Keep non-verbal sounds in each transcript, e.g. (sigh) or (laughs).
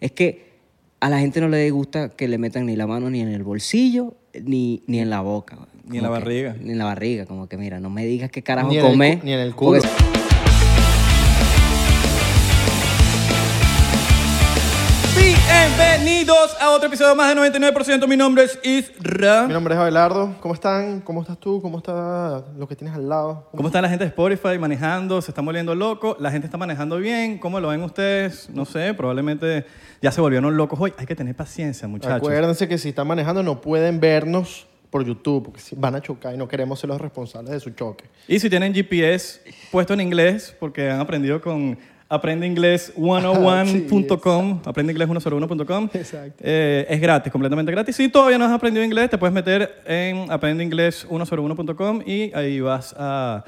Es que a la gente no le gusta que le metan ni la mano ni en el bolsillo ni, ni en la boca. Ni en la Como que- barriga. ni en la barriga, como que mira, no me digas qué carajo Ni en el cu- comer. ni en el culo. porque- Bienvenidos a otro episodio más de 99%. Mi nombre es Mi Isra. nombre es Abelardo. ¿Cómo están? ¿Cómo estás tú? ¿Cómo está lo que tienes al lado? ¿Cómo está la gente de Spotify manejando? ¿Se están volviendo loco? ¿La gente está manejando bien? ¿Cómo lo ven ustedes? No sé, probablemente ya se volvieron locos hoy. Hay que tener paciencia, muchachos. Acuérdense que si están manejando no pueden vernos por YouTube porque si van a chocar y no queremos ser los responsables de su choque. Y si tienen GPS puesto en inglés, porque han aprendido con aprendeinglés101.com, aprendeinglés101.com, Exacto. eh, es gratis, completamente gratis. Si todavía no has aprendido inglés, te puedes meter en aprendeinglés101.com y ahí vas a,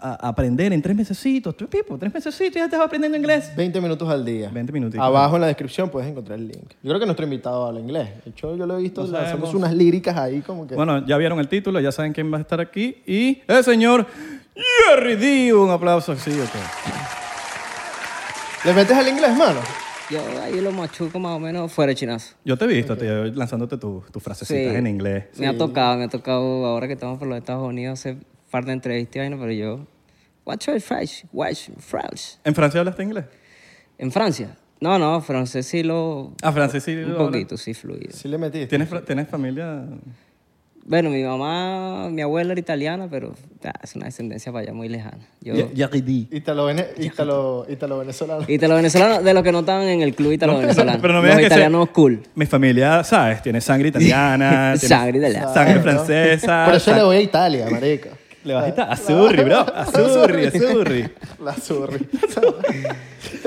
a aprender en tres mesecitos, tu- pipo, tres mesecitos ya estás aprendiendo inglés. 20 minutos al día. 20 minutitos. Abajo en la descripción puedes encontrar el link. Yo creo que nuestro invitado habla inglés. De hecho, yo lo he visto No lanzando sabemos. unas líricas ahí como que... Bueno, ya vieron el título, ya saben quién va a estar aquí y el señor Jerry D. Un aplauso, sí, ok. ¿Le metes al inglés, mano? Yo ahí lo machuco más o menos fuera de chinazo. Yo te he visto, tío, lanzándote tu- tus frasecitas Sí. en inglés. Me ha tocado, me ha tocado ahora que estamos por los Estados Unidos hacer par de entrevistas, y vaina, pero yo. Watch your French, watch French. ¿En Francia hablaste inglés? En Francia. No, no, francés sí lo. Ah, francés sí. Un lo habla. poquito, sí, fluido. Sí le metiste. ¿Tienes, fra- tienes familia? Bueno, mi mamá, mi abuela era italiana, pero ah, es una descendencia para allá muy lejana. Yo, Ítalo, vene- ítalo, ítalo venezolano. Italo venezolano, de los que no estaban en el club italo venezolano. (laughs) pero no me los digas que se- italianos (laughs) cool. Mi familia, ¿sabes? Tiene sangre italiana. tiene Sangre italiana. Sangre Claro. francesa. Por eso sa- le voy a Italia, marica. Le bajita a Surri, bro. A Surri, a Surri. La (laughs) zurri.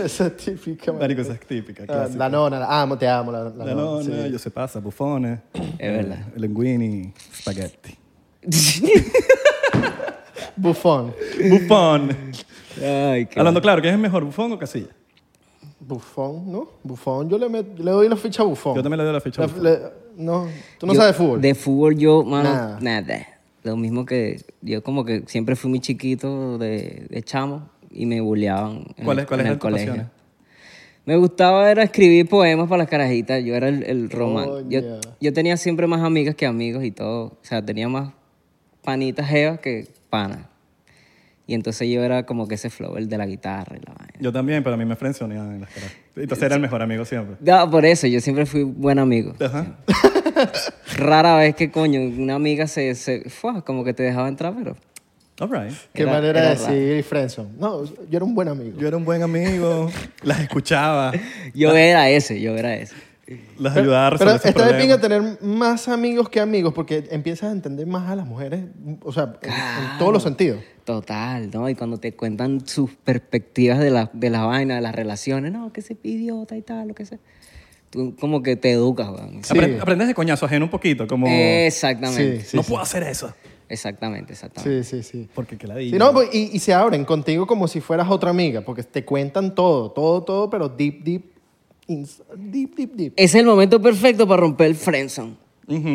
Esa es típica. Marico, esa es típica. Ah, clásica. La nona, la amo, te amo. La, la La nona, sí. nonna, yo se pasa, bufones. eh, Es verdad. Linguini, spaghetti. Bufón. Bufón. Ay, qué Hablando claro, ¿quién es el mejor, bufón o casilla? Bufón, ¿no? Bufón, yo le, met- le doy la ficha a Bufón. Yo también le doy la fecha. La- a Buffon. le- no, tú no Yo- sabes de fútbol. De fútbol yo, mano, Nada. nada. Lo mismo que yo como que siempre fui muy chiquito de, de chamo y me buleaban en ¿Cuál el, es- cuál en es el tu pasión? colegio. Me gustaba era escribir poemas para las carajitas, yo era el, el román. Yo, Coño. yo tenía siempre más amigas que amigos y todo, o sea, tenía más panitas jevas que pana. Y entonces yo era como que ese flow, el de la guitarra y la vaina. Yo también, pero a mí me frenzoneaban en las caras. Entonces era el mejor amigo siempre. No, por eso, yo siempre fui buen amigo. Ajá. Rara vez que, coño, una amiga se, se fue, como que te dejaba entrar, pero All right. Qué era- manera de era decir Frenson. No, yo era un buen amigo. Yo era un buen amigo, las escuchaba, Yo era ese, yo era ese. las ayudaba a Pero resolver este sus está de pinga problemas. tener más amigos que amigos porque empiezas a entender más a las mujeres, o sea, en- en, todos los sentidos. Total, ¿no? Y cuando te cuentan sus perspectivas de las de la vainas, de las relaciones, no, que se idiota y tal, lo que sea. Tú como que te educas, weón. Sí. Eh, Apre- Aprendes de coñazo ajeno un poquito, como... Exactamente, Sí, sí, no sí. puedo hacer eso. exactamente, exactamente. Sí, sí, sí. Porque que la Sí, no, pues, y, y se abren contigo como si fueras otra amiga, porque te cuentan todo, todo, todo, pero deep, deep, ins- deep, deep, deep. Es el momento perfecto para romper el friendzone,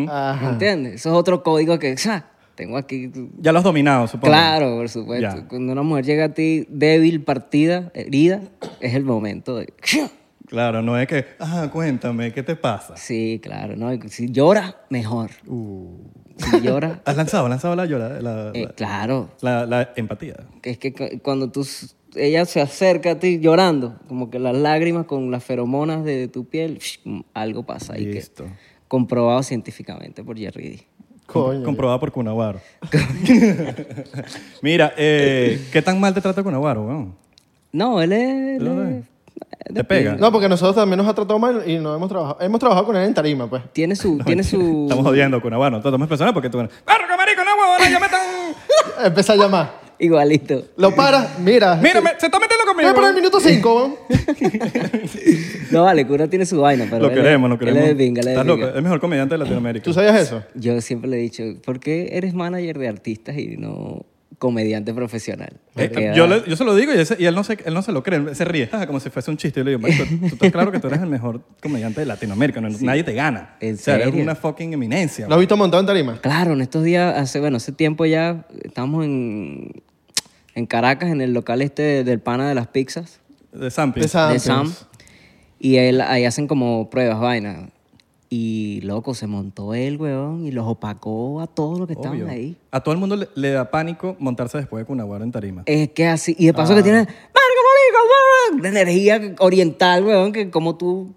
Ajá. ¿entiendes? Eso es otro código que, ¡ja! tengo aquí. Ya lo has dominado, supongo. Claro, por supuesto. Ya. Cuando una mujer llega a ti débil, partida, herida, es el momento de... ¡ja! Claro, no es que, ah, cuéntame, ¿qué te pasa? Sí, claro, ¿no? Y Si llora, mejor. Si llora, Uh, (laughs) Has lanzado, has lanzado la llora, la, Eh, claro, la- la empatía. que es que cu- cuando tú, s- ella se acerca a ti llorando, como que las lágrimas con las feromonas de tu piel, (sniffs) algo pasa ahí que Listo. comprobado científicamente por Jerry D. Coño. Comprobada por (laughs) Cunaguaro. (laughs) Mira, eh, ¿qué tan mal te trata Cunaguaro, weón? No, él es... él Pero, eh, es- ¿Te pega? No, porque nosotros también nos ha tratado mal y no hemos trabajado. Hemos trabajado con él en tarima, pues. (laughs) Tiene (laughs) su... tiene su Estamos jodiendo a Cunaguaro. No te tomes personal porque tú... ¡Barro, marico, no, huevón! ¡Ya me están... Empieza a llamar. Igualito. Lo paras, mira. Mira, Sí. me- se está metiendo Voy a conmigo. poner el minuto 5. No, vale, Cura tiene su vaina, pero... Lo él es- queremos, lo queremos. Él es de pinga, él es de Estás loco, pinga. es el mejor comediante de Latinoamérica. ¿Tú sabías eso? Yo siempre le he dicho, ¿por qué eres manager de artistas y no comediante profesional? Eh, Porque, yo, ah, le- yo se lo digo y, ese- y él, no se, él no se lo cree, él se ríe jaja, como si fuese un chiste. Yo le digo, "Marico, tú estás claro que tú eres el mejor comediante de Latinoamérica, no- nadie te gana. ¿En o sea, eres serio? una fucking eminencia. ¿Lo has visto montado en tarima? Claro, en estos días, hace, bueno, hace tiempo ya estamos en, en Caracas, en el local este del pana de las pizzas, De Sampi. De Sam. Ah, de pues. Sam. Y él, ahí hacen como pruebas, vaina. Y loco, se montó él, weón, y los opacó a todos los que estaban Obvio. ahí. A todo el mundo le, le da pánico montarse después de Cunaguaro en tarima. Es que así, y de paso Ah. que tiene, "Verga, marico, verga", una energía oriental, weón, que como tú,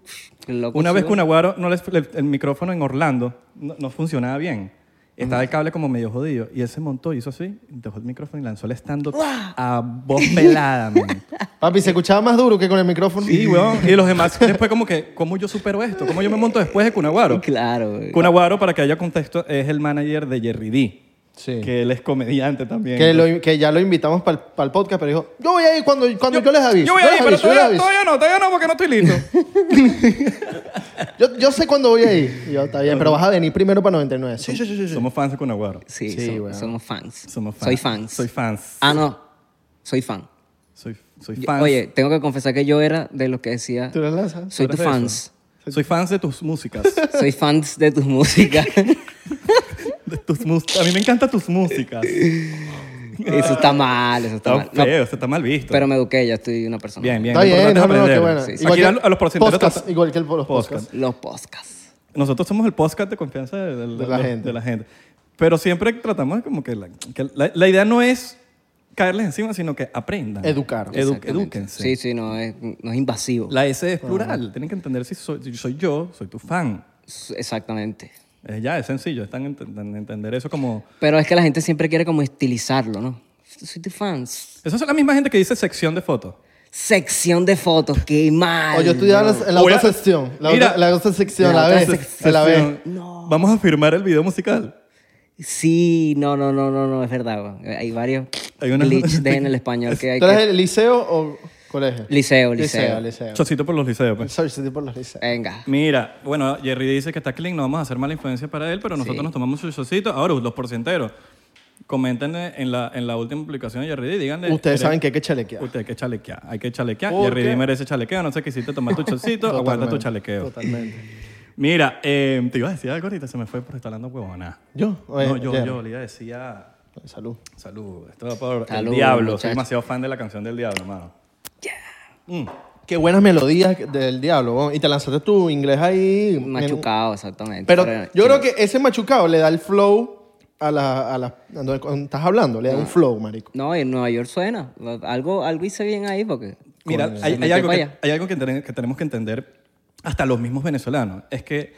el loco Una sí, vez weón. Cunaguaro, no les- le- el micrófono en Orlando no, no funcionaba bien. Estaba el cable como medio jodido. Y él se montó, hizo así, dejó el micrófono y lanzó el stand-up a voz pelada, man. Papi, se escuchaba más duro que con el micrófono. Sí, weón. Y los demás después como que, ¿cómo yo supero esto? ¿Cómo yo me monto después de Cunaguaro? Claro, weón. Cunaguaro, para que haya contexto, es el manager de Jerry D. Sí. Que él es comediante también. Que, lo- que ya lo invitamos para el, podcast, pero dijo, yo voy ahí cuando, cuando yo, les aviso. Yo voy les ahí, pero aviso, yo les todavía, aviso. todavía no, todavía no, porque no estoy listo. Yo, yo sé cuándo voy ahí. Y yo, está bien, pero vas a venir primero para 99. Sí, sí, sí, sí, sí. Somos fans de Cunaguaro. Sí, Sí, som- weón. somos fans. Somos fans. Soy fans. Soy fans. Ah, no, soy fan. Soy, soy Yo- fans. Oye, tengo que confesar que yo era de los que decía, ¿Tú las lanzas? soy ¿Tú tu eres de fans. eso? Soy fans de tus músicas. (laughs) Soy fans (laughs) de tus músicas. De tus mus- a mí me encantan tus músicas. Está eso está mal, eso está, mal. No, feo, se está mal visto. pero me eduqué, ya estoy una persona. bien, bien. lo Está bien, importante no, es no, no, qué aprender. Sí, buena. sí. Aquí a, a los porcenteros... Podcast, igual que el, los Podcast. podcasts. Los podcasts. Nosotros somos el podcast de confianza de, de- De la de- gente. de la gente. Pero siempre tratamos de como que... La, que la- la idea no es caerles encima, sino que aprendan. Educar. Edu- Exactamente. edúquense. Sí, sí, no es, no es invasivo. La S es Ah. plural. Tienen que entender si soy, si soy yo, soy tu fan. S- Exactamente. Eh, ya, es sencillo. Están ent- en entender eso como... Pero es que la gente siempre quiere como estilizarlo, ¿no? Soy tu fans. Esa es la misma gente que dice sección de fotos. Sección de fotos, qué mal. O Oh, yo estudiaba en bro. la- en la Voy a- otra sección. La, Mira. otra, la otra sección, La la, otra B. sec- a la B. Sección. No. Vamos a firmar el video musical. Sí, no, no, no, no, no, es verdad. weón. Hay varios Hay una- (laughs) glitches de- (laughs) en el español que hay ¿Tú eres que... el liceo o colegio? Liceo, liceo. Liceo, liceo. Chocito por los liceos, pues. Soy ese tipo de los liceos. Venga. Mira, bueno, Jerry dice que está clean, no vamos a hacer mala influencia para él, pero nosotros Sí. nos tomamos su chocito. Ahora, los porcenteros, comenten en la, en la última publicación de Jerry D, díganle... Ustedes eres- saben que hay que chalequear. Usted hay que chalequear, hay que chalequear. ¿Por Jerry D qué? merece chalequeo, no sé qué hiciste, toma tu chocito, aguanta tu (laughs) Totalmente, chalequeo. Totalmente. Mira, eh, te iba a decir algo ahorita, se me fue por estar hablando huevona. ¿Yo? Oye, No, yo, ya. yo, le iba a decir a... Salud. Salud, esto va por Salud, el diablo. muchacho. Soy demasiado fan de la canción del diablo, hermano. Qué buenas melodías del diablo. weón. Y te lanzaste tu inglés ahí. Machucado, exactamente. Pero yo creo que ese machucado le da el flow a la, a la- cuando cuando estás hablando, le da un flow, marico. No, en Nueva York suena. Algo, algo hice bien ahí porque... Mira, Coño, hay, se hay metió algo, pa' que, allá. hay algo que, tene- que tenemos que entender, hasta los mismos venezolanos, es que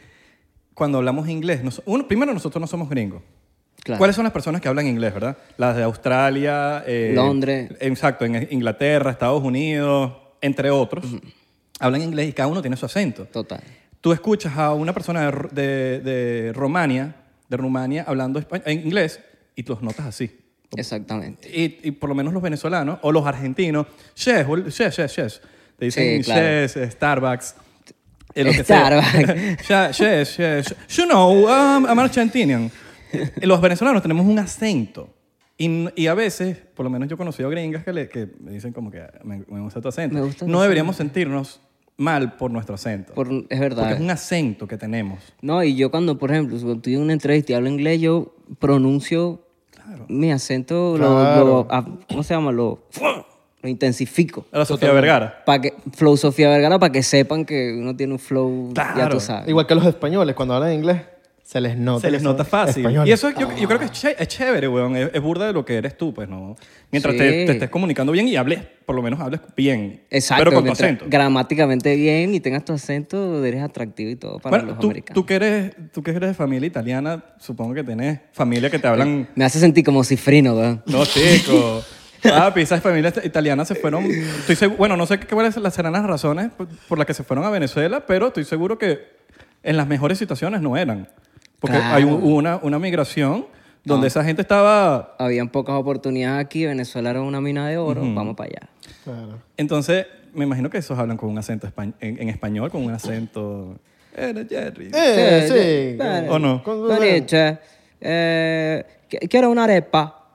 cuando hablamos inglés, nos- uno, primero nosotros no somos gringos. Claro. ¿Cuáles son las personas que hablan inglés, verdad? Las de Australia, eh, Londres. Exacto, en Inglaterra, Estados Unidos, entre otros. Hablan inglés y cada uno tiene su acento. Total. Tú escuchas a una persona de, Ru- de, de Rumania, de Rumania hablando espa- en inglés y los notas así. Exactamente. Y, y por lo menos los venezolanos o los argentinos, chef, bol- chef, chef, chef. Te dicen Sí, claro. chef, eh, Starbucks. eh, lo que Starbucks. sea. (laughs) Ya, chef, chef, chef. You know, um, I'm Argentinian. Eh, Los venezolanos tenemos un acento. Y, n- y a veces, por lo menos yo he conocido gringas que, le- que me dicen como que me, me gusta tu acento. Me gusta tu no deberíamos sentirnos mal por nuestro acento. Por- es porque verdad. es un acento que tenemos. No, y yo cuando, por ejemplo, cuando estoy en una entrevista y hablo inglés, yo pronuncio mi acento, lo- Claro. lo, a- ¿cómo se llama? Lo, lo intensifico. A la Sofía Vergara. Para que, flow Sofía Vergara, para que sepan que uno tiene un flow, ya Claro. tú sabes. Igual que los españoles, cuando hablan inglés, se les nota. Se les que son nota fácil. españoles. Y eso yo, yo creo que es, ché- es chévere, weón. Es, es burda de lo que eres tú, pues, ¿no? Mientras Sí. te, te estés comunicando bien y hables, por lo menos hables bien. Exacto, Pero con tu que tra- acento. gramáticamente bien y tengas tu acento, eres atractivo y todo para Bueno, los tú, americanos. tú, que eres, tú que eres de familia italiana, supongo que tienes familia que te hablan... Me hace sentir como cifrino, ¿verdad? No, chico. Papi, esas familias italianas se fueron... Estoy segu- bueno, no sé qué cuáles las serán las razones por, por las que se fueron a Venezuela, pero estoy seguro que en las mejores situaciones no eran. Porque Claro. Ah. hay un- una, una migración donde esa gente estaba... Habían pocas oportunidades aquí, Venezuela era una mina de oro, vamos para allá. Claro. Entonces, me imagino que esos hablan con un acento espa- en, en español, con un acento. Era Jerry. Eh, sí. Vale. ¿O no? Con- Donice, eh, qui- quiero una arepa.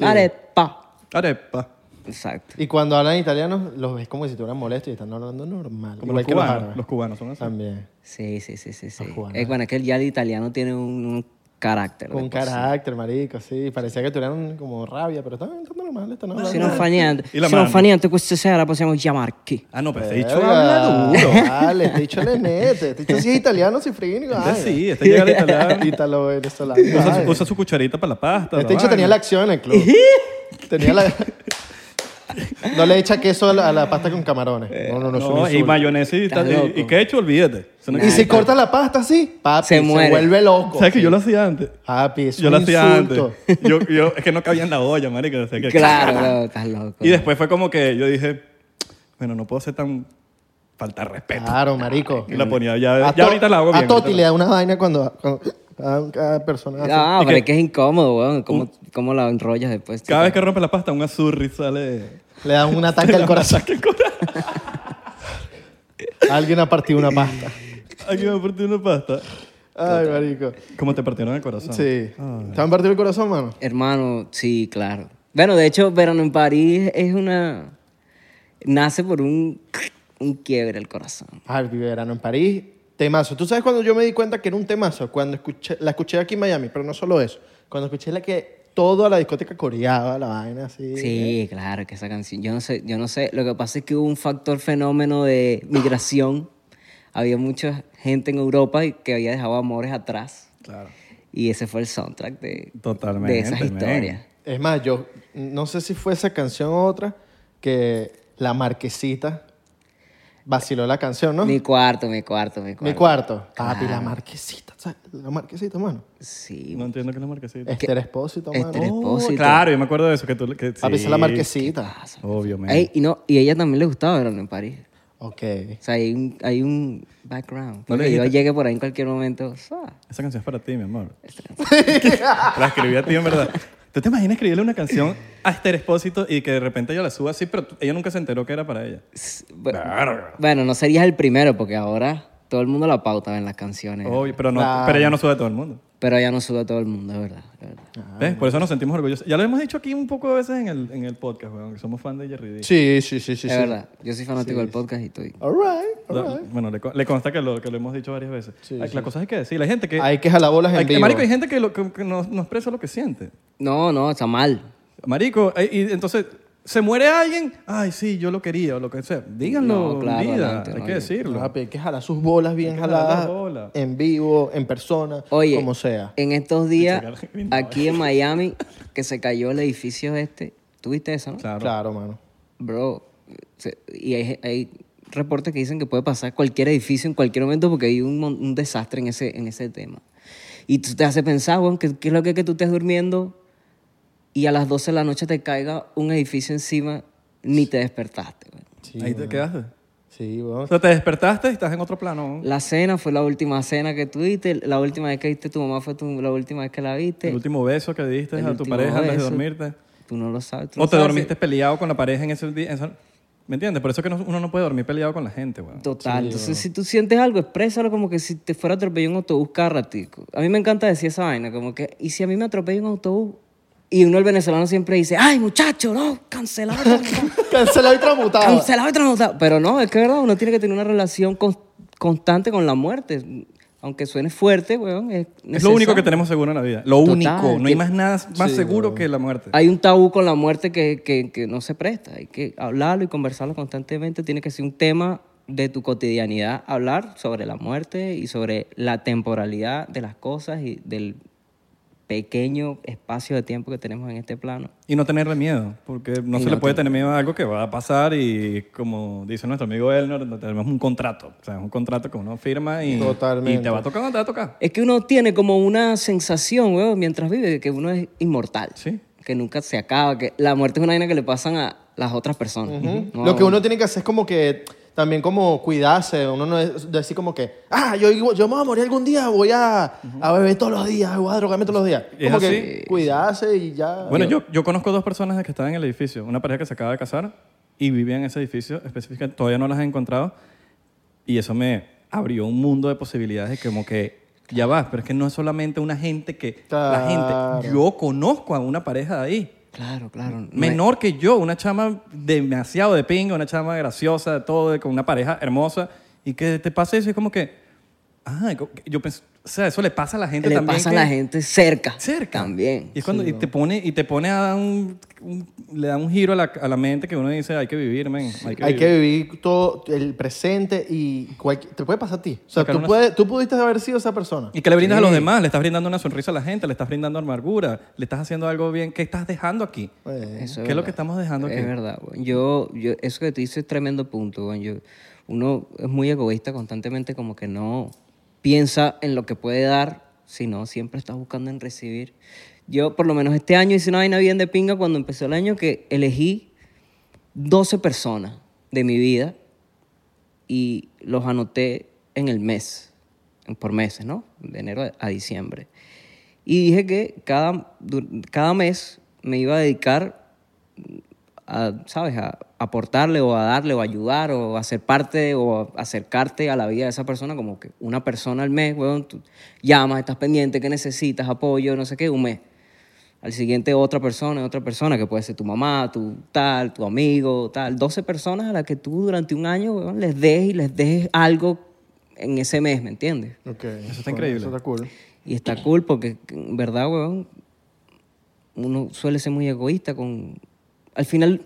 Arepa. Arepa. Exacto. Y cuando hablan italiano, los ves como si estuvieran molestos y están hablando normal. Como Igual los que los cubanos. árabes. Los cubanos son así. También. Sí, sí, sí, sí. sí. Ah, Juana. Es bueno, es que ya el italiano tiene un, un carácter. de Con por sí. carácter, marico, sí. Parecía que tuvieran como rabia, pero estaban estaban más le están hablando. Se non fa niente. E la Se non mano? fa niente questa sera possiamo chiamarchi. Ah, no, pero este dicho habla Verga, duro. (laughs) Vale, este dicho le mete. Este dicho sí es italiano, cifrino. Este sí, este llega al (laughs) italiano. Ítalo venezolano. Usa vale. su, usa su cucharita para la pasta. Este la dicho tenía la vaina. acción en (laughs) el club. tenía la... No le echa queso a la, a la pasta con camarones. No, no, no, es un Eh, No, y insulto. mayonesa y, Estás tal- y- loco. y ketchup, olvídate. Eso no Y si existe. corta la pasta así, papi, Se se, muere. vuelve loco. ¿Sabes que yo lo hacía antes? Papi, es Yo un lo hacía antes. insulto. Yo, yo, es que no cabía en la olla, marica. o sea que- Claro, no, estás loco. (laughs) Y después fue como que yo dije, bueno, no puedo ser tan falta de respeto. Claro, marico. Y la ponía ya- A ya to- ahorita la hago bien, A ahorita Toti la- le da una vaina cuando... cuando a cada persona hace- Ah, ¿Y pero qué? es que es incómodo, weón. ¿Cómo, cómo la enrollas después? Cada vez que rompe la pasta, un azurri sale. (laughs) le da un ataque al corazón. ¿Qué coraje? Alguien ha partido una pasta. Aquí me partió una pasta. Ay, marico. Como te partieron el corazón. Sí. ¿Te han partido el corazón, mano? Hermano, sí, claro. Bueno, de hecho, Verano en París es una... Nace por un, un quiebre al corazón. Ay, mi verano en París, temazo. ¿Tú sabes cuando yo me di cuenta que era un temazo? Cuando escuché, la escuché aquí en Miami, pero no solo eso. Cuando escuché la que toda la discoteca coreaba, la vaina así. ¿eh? Sí, claro, que esa canción. Yo no sé, yo no sé. Lo que pasa es que hubo un factor fenómeno de migración. Había mucha gente en Europa y que había dejado amores atrás. Claro. Y ese fue el soundtrack de, Totalmente. de esas men. historias. Es más, yo no sé si fue esa canción o otra que la marquesita vaciló la canción, Ah. ¿no? Mi cuarto, mi cuarto, mi cuarto. Mi cuarto. Papi, la marquesita, ¿sabes? La marquesita, mano. Sí, No entiendo qué es la marquesita. Oh, Esther Espósito, mano. Esther- Espósito. claro, yo me acuerdo de eso. Que tú, que, Papi, esa sí. es la marquesita. pasa. Obviamente. Ey, y, no, y a ella también le gustaba verano en París. Ok. O sea, hay un, hay un background. No Porque le yo dijiste- llegué por ahí en cualquier momento. ah, Esa canción es para ti, mi amor. (laughs) la escribí a ti, en verdad. ¿Tú te imaginas escribirle una canción a Esther Espósito y que de repente ella la suba así, pero tú- ella nunca se enteró que era para ella? s- bu- Bueno, no serías el primero porque ahora todo el mundo la pauta en las canciones. Obvio, pero, no, pero ella no sube a todo el mundo. Pero ella no sube a todo el mundo, es verdad. es verdad. ¿Ves? Por eso nos sentimos orgullosos. Ya lo hemos dicho aquí un poco de veces en el, en el podcast, weón, que somos fan de Jerry D. Sí, sí, sí, sí. es sí. verdad. Yo soy fanático del podcast y estoy. All right, all La- right. bueno, le, co- le consta que lo, que lo hemos dicho varias veces. Ay, la cosa es que decir, hay gente que... Hay que jalar bolas en hay, que- vivo. marico, hay gente que, lo- que- que no, no expresa lo que siente. No, no, está mal. Marico, eh, y entonces... Se muere alguien, ay, sí, yo lo quería, o lo que sea. Díganlo, No, claro, vida, adelante, hay no, que yo- decirlo. Papi, hay que jalar sus bolas bien que jalar las jaladas. bolas. En vivo, en persona, Oye, eh, como sea. en estos días, Sacar- Lindo. aquí en Miami, que se cayó el edificio este. ¿Tuviste eso, no? Claro. Claro, mano. Bro, se- y hay, hay reportes que dicen que puede pasar cualquier edificio en cualquier momento porque hay un, mon- un desastre en ese, en ese tema. Y tú te hace pensar, weón, que, que es lo que, que tú estés durmiendo y a las 12 de la noche te caiga un edificio encima, ni te despertaste. weón. Sí, Ahí te quedaste. sí, weón. (laughs) O sea, te despertaste y estás en otro plano. La cena fue la última cena que tuviste, la última vez que viste tu mamá fue tu- la última vez que la El viste. último beso que diste Este El a tu último pareja antes de beso. dormirte. Tú no lo sabes. tú O no te sabes. dormiste peleado con la pareja en ese día. en esa- ¿Me entiendes? Por eso es que no- uno no puede dormir peleado con la gente, weón. Total. Entonces, si tú sientes algo, exprésalo como que si te fuera a atropellar un autobús cada ratico. A mí me encanta decir esa vaina, como que, ¿y si a mí me atropella un autobús? Y uno, el venezolano, siempre dice, ¡ay, muchacho, no! Cancelado, y transmutado, Cancelado y tramutado. cancelado y transmutado". Pero no, es que verdad, uno tiene que tener una relación con- constante con la muerte. Aunque suene fuerte, weón, es, Es lo único que tenemos seguro en la vida. Lo Total, único. No hay que- más nada más seguro que la muerte. Hay un tabú con la muerte que, que- que no se presta. Hay que hablarlo y conversarlo constantemente. Tiene que ser un tema de tu cotidianidad. Hablar sobre la muerte y sobre la temporalidad de las cosas y del pequeño espacio de tiempo que tenemos en este plano. Y no tenerle miedo, porque no se le puede tener miedo a algo que va a pasar y como dice nuestro amigo Elnor, no tenemos un contrato. O sea, es un contrato que uno firma y, Totalmente. y te va a tocar o no te va a tocar. Es que uno tiene como una sensación, weón, mientras vive, de que uno es inmortal. Sí. Que nunca se acaba. Que la muerte es una vaina que le pasan a las otras personas. No Lo a que uno tiene que hacer es como que también como cuidarse. Uno no es decir como que, ah, yo, igual- yo me voy a morir algún día, voy a, a beber todos los días, voy a drogarme todos los días. Es Como así. que cuidarse y ya. Bueno, yo, yo conozco dos personas que estaban en el edificio. Una pareja que se acaba de casar y vivía en ese edificio específicamente. Todavía no las he encontrado. Y eso me abrió un mundo de posibilidades de como que ya vas, pero es que no es solamente una gente que... La gente... Claro. Yo conozco a una pareja de ahí. Claro, claro. No hay- Menor que yo, una chama demasiado de pinga, una chama graciosa, de todo, de- con una pareja hermosa. Y que te pase eso y es como que, Ah, co- yo pensé, o sea, eso le pasa a la gente Le también. pasa que- a la gente cerca. Cerca. También. Y es cuando y te pone, y te pone a dar un, un- le da un giro a la, a la mente que uno dice, hay que vivir, men. Hay que Hay vivir". que vivir todo el presente y cualquier- te puede pasar a ti. O sea, Sacar tú, una- puedes, tú pudiste haber sido esa persona. Y que le brindas a los demás, le estás brindando una sonrisa a la gente, le estás brindando amargura, le estás haciendo algo bien. ¿Qué estás dejando aquí? Eso Eh, ¿Qué es lo verdad. que estamos dejando aquí? Es verdad, weón. yo, yo, eso que tú dices es tremendo punto, weón. Yo, uno es muy egoísta constantemente, como que no piensa en lo que puede dar, sino siempre está buscando en recibir. Yo, por lo menos este año, hice una vaina bien de pinga cuando empezó el año que elegí 12 personas de mi vida y los anoté en el mes, en- por meses, ¿no? De enero a- a diciembre. Y dije que cada, du- cada mes me iba a dedicar a, ¿sabes? A aportarle o a darle o a ayudar o a ser parte o a acercarte a la vida de esa persona como que una persona al mes, weón, tú llamas, estás pendiente, que necesitas apoyo, no sé qué, un mes. Al siguiente otra persona, otra persona, que puede ser tu mamá, tu tal, tu amigo, tal. 12 personas a las que tú durante un año weón, les des y les des algo en ese mes, ¿me entiendes? Ok. está Bueno, increíble. Eso está cool. Y está cool porque, en verdad, weón, uno suele ser muy egoísta con... Al final,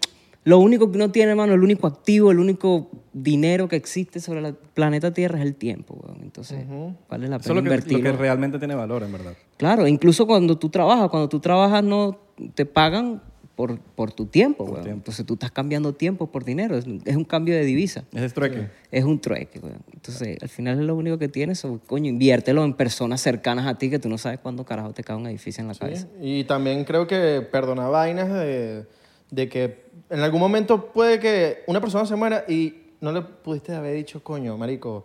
lo único que uno tiene, hermano, el único activo, el único dinero que existe sobre el planeta Tierra es el tiempo, weón. Entonces, vale la pena Eso es lo que, lo invertirlo. que realmente tiene valor, en verdad. Claro, incluso cuando tú trabajas, cuando tú trabajas no te pagan por, por tu tiempo, weón. Entonces tú estás cambiando tiempo por dinero, es, es un cambio de divisa. Es el trueque. Es un trueque, weón. Entonces, al final es lo único que tienes, o, coño, inviértelo en personas cercanas a ti que tú no sabes cuándo carajo te cae un edificio en la cabeza. Y también creo que perdonar vainas de, de que en algún momento puede que una persona se muera y no le pudiste haber dicho, coño, marico,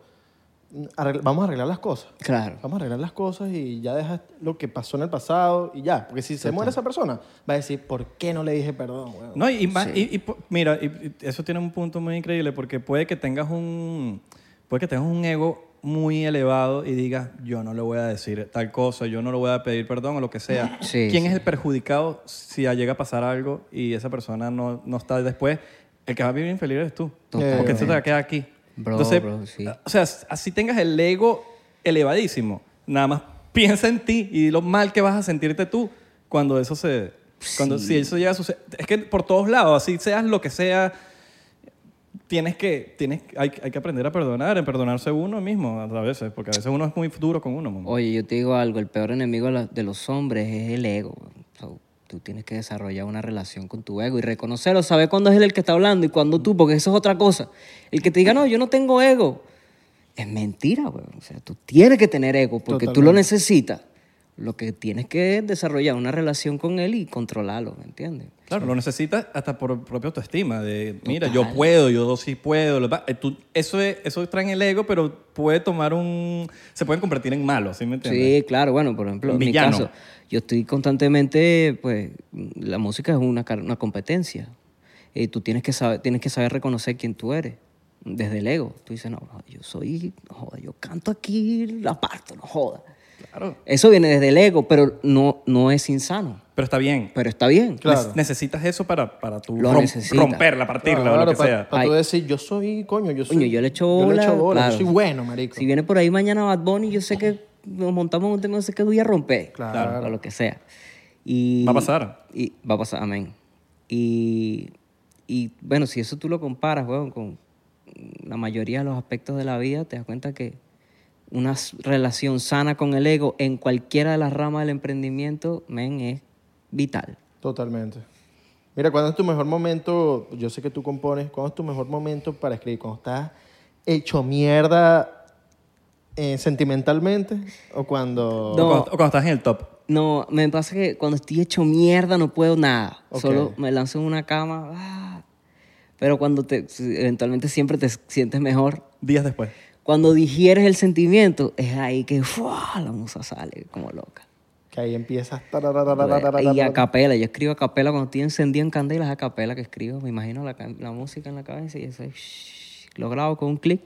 arregla- vamos a arreglar las cosas. Claro. Vamos a arreglar las cosas y ya dejas lo que pasó en el pasado y ya. Porque si se muere esa persona, va a decir, ¿por qué no le dije perdón? weón?" No, y, y más- y- y po- mira, y- y eso tiene un punto muy increíble porque puede que tengas un puede que tengas un ego muy elevado y digas, yo no le voy a decir tal cosa, yo no le voy a pedir perdón o lo que sea. (laughs) Sí, ¿Quién sí. es el perjudicado si llega a pasar algo y esa persona no, no está después? El que va a vivir infeliz eres tú. Totalmente. Porque eso te va a quedar aquí. Bro, bro, sí. O sea, así tengas el ego elevadísimo, nada más piensa en ti y lo mal que vas a sentirte tú cuando eso se... Cuando, Si eso llega a suceder... Es que por todos lados, así seas lo que sea, tienes que... Tienes, hay, hay que aprender a perdonar, en perdonarse uno mismo a veces, porque a veces uno es muy duro con uno. man. Oye, yo te digo algo, el peor enemigo de la- de los hombres es el ego. weón. So, tú tienes que desarrollar una relación con tu ego y reconocerlo, saber cuándo es él el que está hablando y cuándo tú, porque eso es otra cosa. El que te diga, no, yo no tengo ego, es mentira, weón. O sea, tú tienes que tener ego porque tú lo necesitas. Lo que tienes que es desarrollar una relación con él y controlarlo, ¿me entiendes? Claro, lo necesitas hasta por propia autoestima, de mira, yo puedo, yo sí puedo. lo- eh, tú- eso, es, eso trae en el ego, pero puede tomar un... Se pueden convertir en malos, ¿sí me entiendes? Sí, claro, bueno, por ejemplo, en mi Villano. caso, yo estoy constantemente, pues, la música es una, car- una competencia. Eh, tú tienes que, saber, tienes que saber reconocer quién tú eres, desde el ego. Tú dices, no, no, yo soy, no joda, yo canto aquí, la parto, no joda. Claro. Eso viene desde el ego, pero no, no es insano, Pero está bien. pero está bien. Claro. Nec- necesitas eso para, para tu Lo rom- necesitas. romperla, partirla o lo que para, sea. tú Ay. decir, yo soy, coño, yo soy. Coño, yo le echo Yo bola, echo bola, yo claro. soy bueno, marico. Si viene por ahí mañana Bad Bunny, yo sé que nos montamos en un tema, yo sé que voy a romper. Claro. O lo que sea. Y, Va a pasar. Y, va a pasar, amén. Y, y bueno, si eso tú lo comparas, weón, con la mayoría de los aspectos de la vida, te das cuenta que una s- relación sana con el ego en cualquiera de las ramas del emprendimiento, men, es vital. Totalmente. Mira, ¿cuándo es tu mejor momento? Yo sé que tú compones. ¿Cuándo es tu mejor momento para escribir? ¿Cuando estás hecho mierda eh, sentimentalmente? ¿O cuando...? O, No. cuando, o cuando estás en el top. No, me pasa que cuando estoy hecho mierda no puedo nada. Ok. Solo me lanzo en una cama. ah. Pero cuando te, eventualmente siempre te sientes mejor. Días después. Cuando digieres el sentimiento, es ahí que ¡fua! la musa sale como loca. Que ahí empiezas... Y a capela, yo escribo a capela cuando estoy encendido en candelas, a capela que escribo, me imagino la, can- la música en la cabeza y eso es, shhh, lo grabo con un clic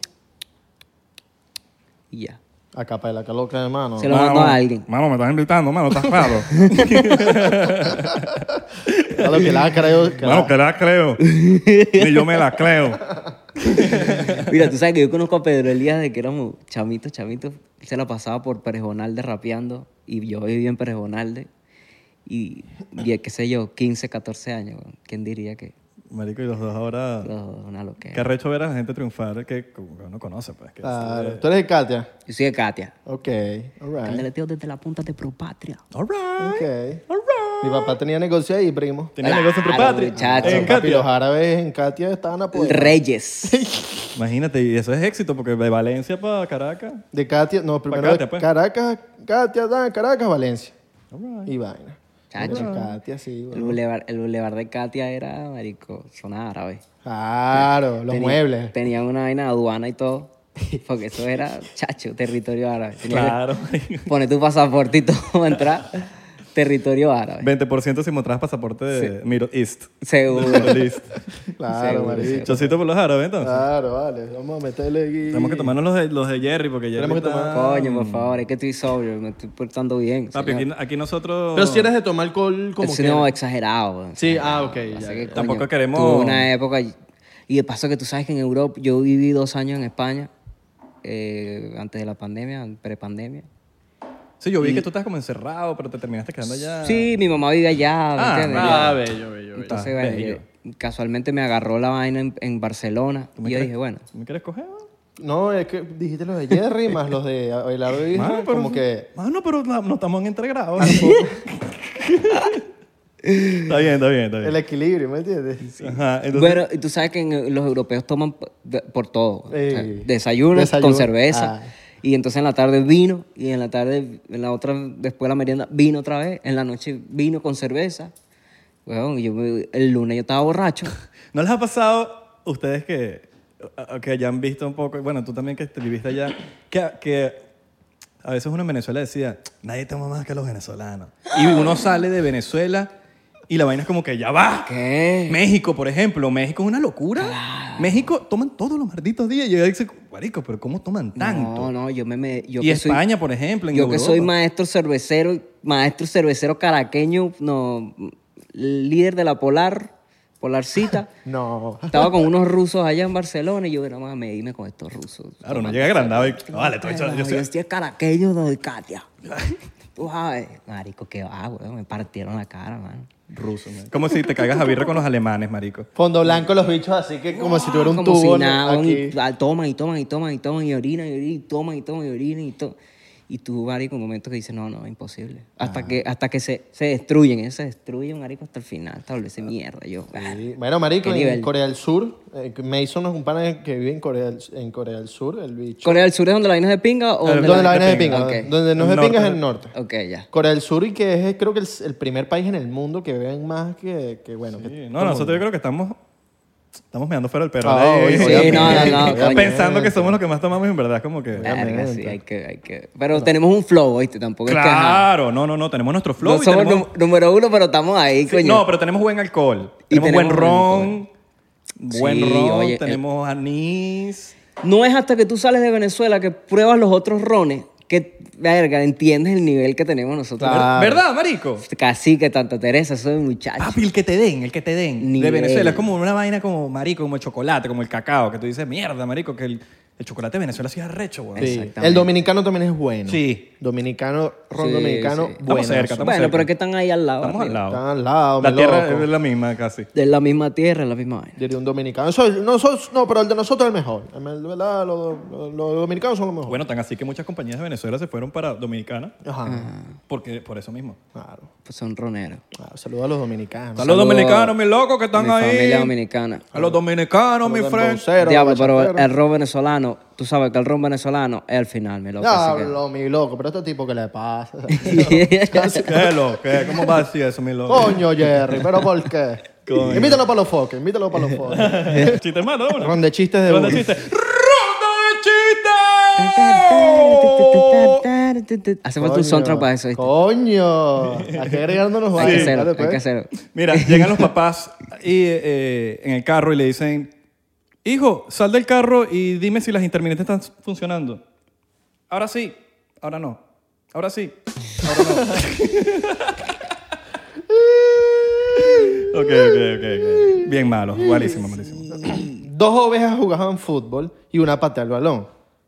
y ya. A capela, que loca, hermano. Se lo mando a alguien. Mano, me estás invitando, mano, estás (laughs) raro. A lo que la creo... que la- (laughs) la creo. Ni yo me la creo. Mira, tú sabes que yo conozco a Pedro Elías de que éramos chamitos, chamitos. Él se la pasaba por Perejonalde rapeando y yo vivía en Perejonalde y, y qué sé yo, 15, 14 años, weón. ¿quién diría que Marico, y los dos ahora... lo- una Qué loquera? arrecho ver a la gente triunfar que como que uno conoce, pues. Ah. Que Claro. Tú eres de Katia. Yo soy de Katia. Ok, alright. Ah. Cándale, tío, desde la punta de Propatria. All right, Ok. all right. Mi papá tenía negocio ahí, primo. Tenía Claro, negocio en Propatria. muchacho. En Papi, Katia. los árabes en Katia estaban apoderados. Reyes. (laughs) Imagínate, y eso es éxito, porque de Valencia para Caracas. De Katia, no, primero Katia, de pues. Caracas, Katia, da, Caracas, Valencia. All right. Y vaina. Chacho. Pero Katia, sí, El bueno. bulevar, el bulevar de Katia era, marico, zona árabe. Claro, los Tenía- (laughs) muebles. Tenían una vaina de aduana y todo. Porque eso era, chacho, territorio árabe. Tenías que Claro. (laughs) marico. poner tu pasaporte y todo (laughs) para entrar. Territorio árabe. 20% si mostrabas pasaporte de Middle East. Seguro. (laughs) Middle East. Claro, Seguro, marico. Chocito por los árabes, entonces. Claro, vale. Vamos a meterle aquí. Tenemos que tomarnos los de, los de Jerry, porque Jerry Tenemos que está- Coño, por favor, es que estoy sobrio, me estoy portando bien. Papi, señor. aquí, aquí nosotros... Pero si eres de tomar alcohol como Es que. no, exagerado. weón. Sí, ah, ok. O sea ya. que, Tampoco coño, queremos- tuve una época. y- Y de paso que tú sabes que en Europa, yo viví dos años en España, eh, antes de la pandemia, prepandemia. Sí, yo vi que tú estás como encerrado, pero te terminaste quedando allá. Sí, mi mamá vive allá, ¿me Ah, entiendes? Ah, bello, bello, bello. Entonces, bueno, bello. yo- casualmente me agarró la vaina en, en Barcelona. ¿Tú Y me yo crees? dije, bueno, ¿Me quieres coger? weón? No, es que dijiste los de Jerry más los (laughs) de Abelardo y Mano, pero- como que. Ah, Mano, pero no, no estamos en entregrado. (laughs) está bien, está bien, está El bien. equilibrio, ¿me entiendes? Ajá, entonces, Bueno, y tú sabes que en- eh, los europeos toman p- de- por todo. O sea, Ey. desayuno, Desayuno. con cerveza. Ah. Y entonces en la tarde vino. Y en la tarde, en la otra, después de la merienda, vino otra vez. En la noche vino con cerveza. Weón, y yo me- el lunes yo estaba (laughs) borracho. ¿No les ha pasado ustedes que, a- a- que ya han visto un poco, bueno, tú también que te viviste allá, que, que a veces uno en Venezuela decía, nadie toma más que los venezolanos. Y uno sale de Venezuela y la vaina es como que ya va. ¿Qué? México, por ejemplo. México es una locura. México toman todos los malditos días. Y yo dice, marico, pero ¿cómo toman tanto? No, no, yo me... me- yo y que soy- España, por ejemplo, en yo que Europa. soy maestro cervecero, maestro cervecero caraqueño, no, líder de la Polar, (laughs) Polarcita. No. Estaba con unos rusos allá en Barcelona y yo, no mames, dime con estos rusos. Claro, no llega agrandado y, "No, vale, estoy hecho- Ay, yo no, soy- Yo estoy caraqueño de Katia. Tú sabes. Marico, qué va, weón. Me partieron la cara, mano. ruso. man. Como si te cagas a birra con los alemanes, marico. Fondo blanco los bichos, así que como si tuviera un Como tubo. si ¿no? nada, weón, aquí. y ah, toman y toman y toman y toman y orinan y orinan y toman y toman y orinan y todo. Y tú, marico, un momento que dices, no, no, imposible. Hasta Ah. que hasta que se, se destruyen, ellos se destruyen, marico, hasta el final. Establece mierda, yo. ah. Sí. Bueno, marico, ¿Qué en nivel? Corea del Sur, eh, Mason es un pana que vive en Corea, del- en Corea del Sur, el bicho. ¿Corea del Sur es donde la vaina es de pinga o Eh, Donde la vaina es de pinga. Ok, Donde no es El de pinga es norte. el norte. Ok, ya. Corea del Sur y que es eh, creo que el, el primer país en el mundo que beben más que, que bueno. que- Sí, No, nosotros yo creo que estamos... Estamos meando fuera del perro. Ah, Ahí, obvio, Sí, ahí, no, ahí, no, no, ahí, coño. Pensando que somos los que más tomamos y en verdad es como que... Verga, sí, hay que, hay que. Pero tenemos un flow, ¿viste? Tampoco es que. ajá. Claro, no, no, no. Tenemos nuestro flow No y somos tenemos... num- número uno, pero estamos ahí, Sí, coño. no, pero tenemos buen alcohol. Y Tenemos, buen tenemos buen ron. Buen Sí, ron. oye, eh, el- tenemos anís. No es hasta que tú sales de Venezuela que pruebas los otros rones que, verga, entiendes el nivel que tenemos nosotros. Claro. ¿Verdad, marico? Casi que tanta Teresa, soy muchacho. Papi, el que te den, el que te den. De Nivel. Venezuela. Es como una vaina como, marico, como el chocolate, como el cacao. Que tú dices, mierda, marico, que el, el chocolate de Venezuela sí es arrecho, weón. Sí. Exactamente. El dominicano también es bueno. Sí. Dominicano, ron Sí, dominicano, sí. bueno. Estamos cerca, estamos bueno, cerca. pero es que están ahí al lado. Estamos al arriba. lado. Están al lado, La mi tierra loco. es la misma casi. De la misma tierra, la misma vaina. Diría un dominicano. Eso es- no, eso es- no, pero el de nosotros es el mejor. En verdad, los, los- los dominicanos son los mejores. Bueno, tan así que muchas compañías de Venezuela se fueron para Dominicana Ajá. porque, por eso mismo. Claro. Pues son roneros. claro. Saludos a los dominicanos. A los dominicanos, mis locos que están mi ahí. familia dominicana. A los dominicanos, mis Saludos a (laughs) los friends. embolseros, Diablo, los pero eh, bachateros. el ron venezolano, tú sabes que el ron venezolano es el final, mi loco. así que- Diablo, mi loco, pero este tipo que le pasa. (laughs) ¿Qué, lo? ¿Qué? ¿Cómo va a decir eso, mi loco? Coño, Jerry, ¿pero por qué? Coño. Invítalo para los foques, invítalo para los (laughs) foques. Chiste malo, vámonos. (laughs) Ron de chistes de Ronda de burro. chistes. ¡Ronda de chistes! (laughs) Hace falta un soundtrack para eso, ¿viste? Coño, aquí agregándonos Hay que vainas, hacerlo, dale, hay pues. que hacerlo. Mira, llegan los papás y, eh, en el carro y le dicen, hijo, sal del carro y dime si las intermitentes están funcionando. Ahora sí, ahora no. Ahora sí, ahora no. ok, ok, ok. ok. Bien malo, malísimo, malísimo. Dos ovejas jugaban fútbol y una patea el balón.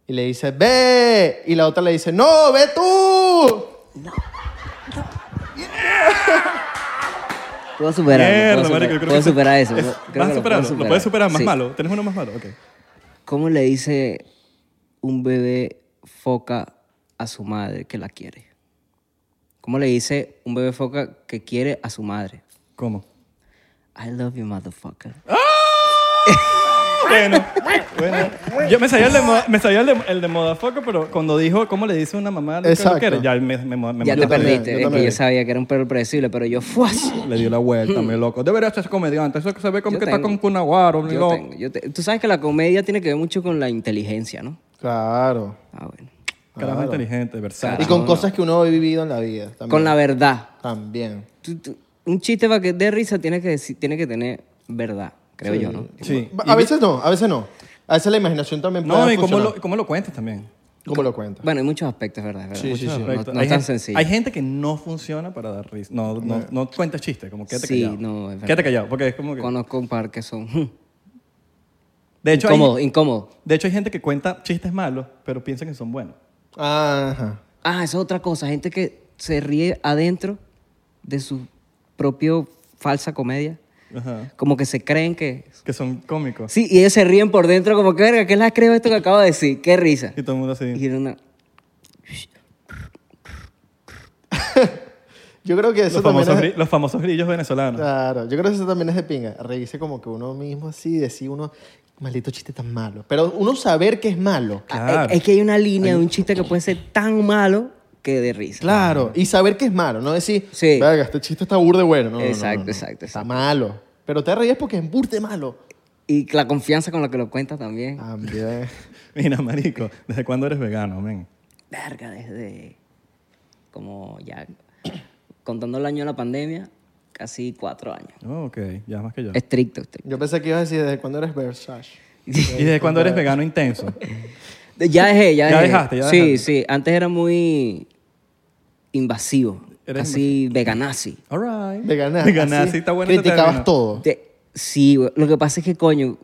Y le dice, ve. Y la otra le dice, no, ve tú. Puedo superarlo. Mierda, puedo marico, superar, puedo yo creo que superar eso. es- puedo- vas creo que superando, lo puedo Lo puedes superar, más Sí. malo. ¿Tienes uno más malo? Ok. ¿Cómo le dice un bebé foca a su madre que la quiere? ¿Cómo le dice un bebé foca que quiere a su madre? ¿Cómo? I love you, motherfucker. Ah, Bueno, bueno. Yo me sabía el de, mo- me sabía el de, el de Modafoco, pero cuando dijo cómo le dice una mamá lo que lo Exacto. quiere, ya me, me, me- ya me- te también, perdiste. yo es que también. yo sabía que era un perro predecible, pero yo fuas. le dio la vuelta, mi loco. Debería ser comediante. Eso se ve como Yo que está tengo. con Cunaguaro, mi Yo loco. tengo, yo te- Tú sabes que la comedia tiene que ver mucho con la inteligencia, ¿no? Claro. Ah, bueno. Carajo inteligente, versátil. Y con cosas que uno ha vivido en la vida. También. Con la verdad. También. Tú- tú- un chiste para que dé risa tiene que, decir- tiene que tener verdad, creo yo, ¿no? Sí. A veces no, a veces no. A veces la imaginación también puede No, y cómo funcionar. lo, cómo lo cuentas también. ¿Cómo lo cuentas? Bueno, hay muchos aspectos, ¿verdad? Es ¿verdad? Sí, sí, Muchos, sí. No, Correcto. no Hay es tan gente- sencillo. Hay gente que no funciona para dar risa. No, no, no cuenta chistes, como quédate Sí, callado. no, es verdad. Quédate callado, porque es como que... Conozco un par que son hmm, (laughs) De hecho, hay, incómodos, incómodos. de hecho, hay gente que cuenta chistes malos, pero piensa que son buenos. Ajá. Ah, eso es otra cosa. Gente que se ríe adentro de su propio falsa comedia. Ajá. Como que se creen que... Que son cómicos. Sí, y ellos se ríen por dentro como que, verga, ¿qué la creo esto que acabo de decir? ¡Qué risa! Y todo el mundo así. Y era una... Yo creo que eso los, también famosos, es... Ah. gri- los famosos grillos venezolanos. Claro, yo creo que eso también es de pinga. Reírse como que uno mismo así, decir uno, maldito chiste tan malo. Pero uno saber que es malo. Ah, es- Es, que hay una línea de un chiste que puede ser tan malo que de risa. Claro, y saber que es malo, no decir, Sí. verga, este chiste está burde bueno. No, no, no, Exacto, no, no. exacto, Está exacto. malo. Pero te ríes porque es burde malo. Y la confianza con la que lo cuenta también. También. Mira, marico, ¿desde cuándo eres vegano, men? Verga, desde como ya (coughs) contando el año de la pandemia, casi cuatro años. Oh, ok, ya más que yo. Estricto, estricto. Yo pensé que ibas a decir, ¿desde cuándo eres Versace? ¿Y desde cuándo eres vegano intenso? Ya dejé, ya Ya dejé. dejaste, ya sí, dejaste. sí. Antes era muy invasivo. Eres Así veganazi. All right. Vegana. Veganazi, así, está bueno este Criticabas término. todo. Te- sí, güey. lo que pasa es que, coño,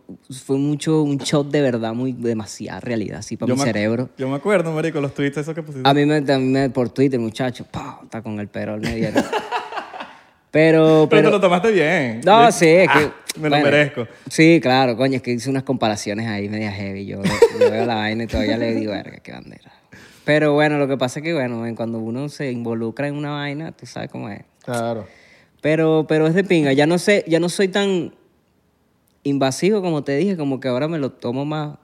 fue mucho un shot de verdad, muy demasiada realidad, así para mi me ac- cerebro. Ah, Yo me acuerdo, marico, los tweets esos que pusiste. A mí me, a mí me- por Twitter, muchacho, pa, está con el perol me (laughs) dieron. pero, pero, te pero, lo tomaste bien. No, Yo- sí, es Ah, que. me lo bueno, merezco. Sí, claro, coño, es que hice unas comparaciones ahí media heavy. Yo, yo veo la vaina y todavía le digo, verga, qué bandera. Pero bueno, lo que pasa es que, bueno, ven, cuando uno se involucra en una vaina, tú sabes cómo es. Claro. Pero, pero es de pinga. Ya no sé, ya no soy tan invasivo como te dije, como que ahora me lo tomo más.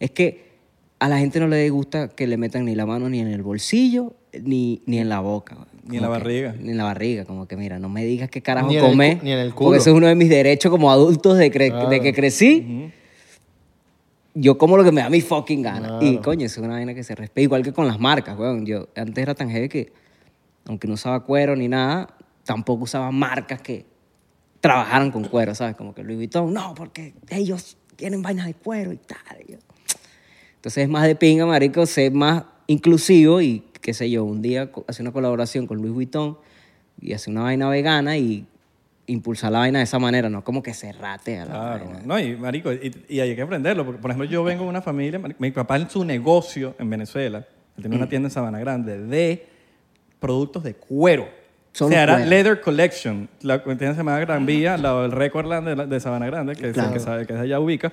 Es que a la gente no le gusta que le metan ni la mano ni en el bolsillo, ni, ni en la boca. Ni en la Como que- barriga. ni en la barriga, como que mira, no me digas qué carajo Ni en el comer. cu- ni en el culo. Porque eso es uno de mis derechos como adultos de, cre- de que crecí. Yo como lo que me da mi fucking gana. Y coño, eso es una vaina que se respeta. Igual que con las marcas, weón. Yo antes era tan heavy que, aunque no usaba cuero ni nada, tampoco usaba marcas que trabajaran con cuero, ¿sabes? Como que Louis Vuitton, no, porque ellos tienen vainas de cuero y tal. Y yo, entonces es más de pinga, marico, ser más inclusivo y qué sé yo, un día co- hacer una colaboración con Luis Vuitton y hacer una vaina vegana y impulsar la vaina de esa manera, no como que se rate a la Claro. vaina. No, y marico, y, y hay que aprenderlo. Porque, por ejemplo, yo vengo de una familia, mari- mi papá en su negocio en Venezuela, él Mm. tenía una tienda en Sabana Grande de productos de cuero. Solo o sea, era cuero. Ah. Leather Collection. La tienda se llamaba Gran Vía, al lado del Record Land de, la- de Sabana Grande, que, es el que, sabe- que es allá ubica.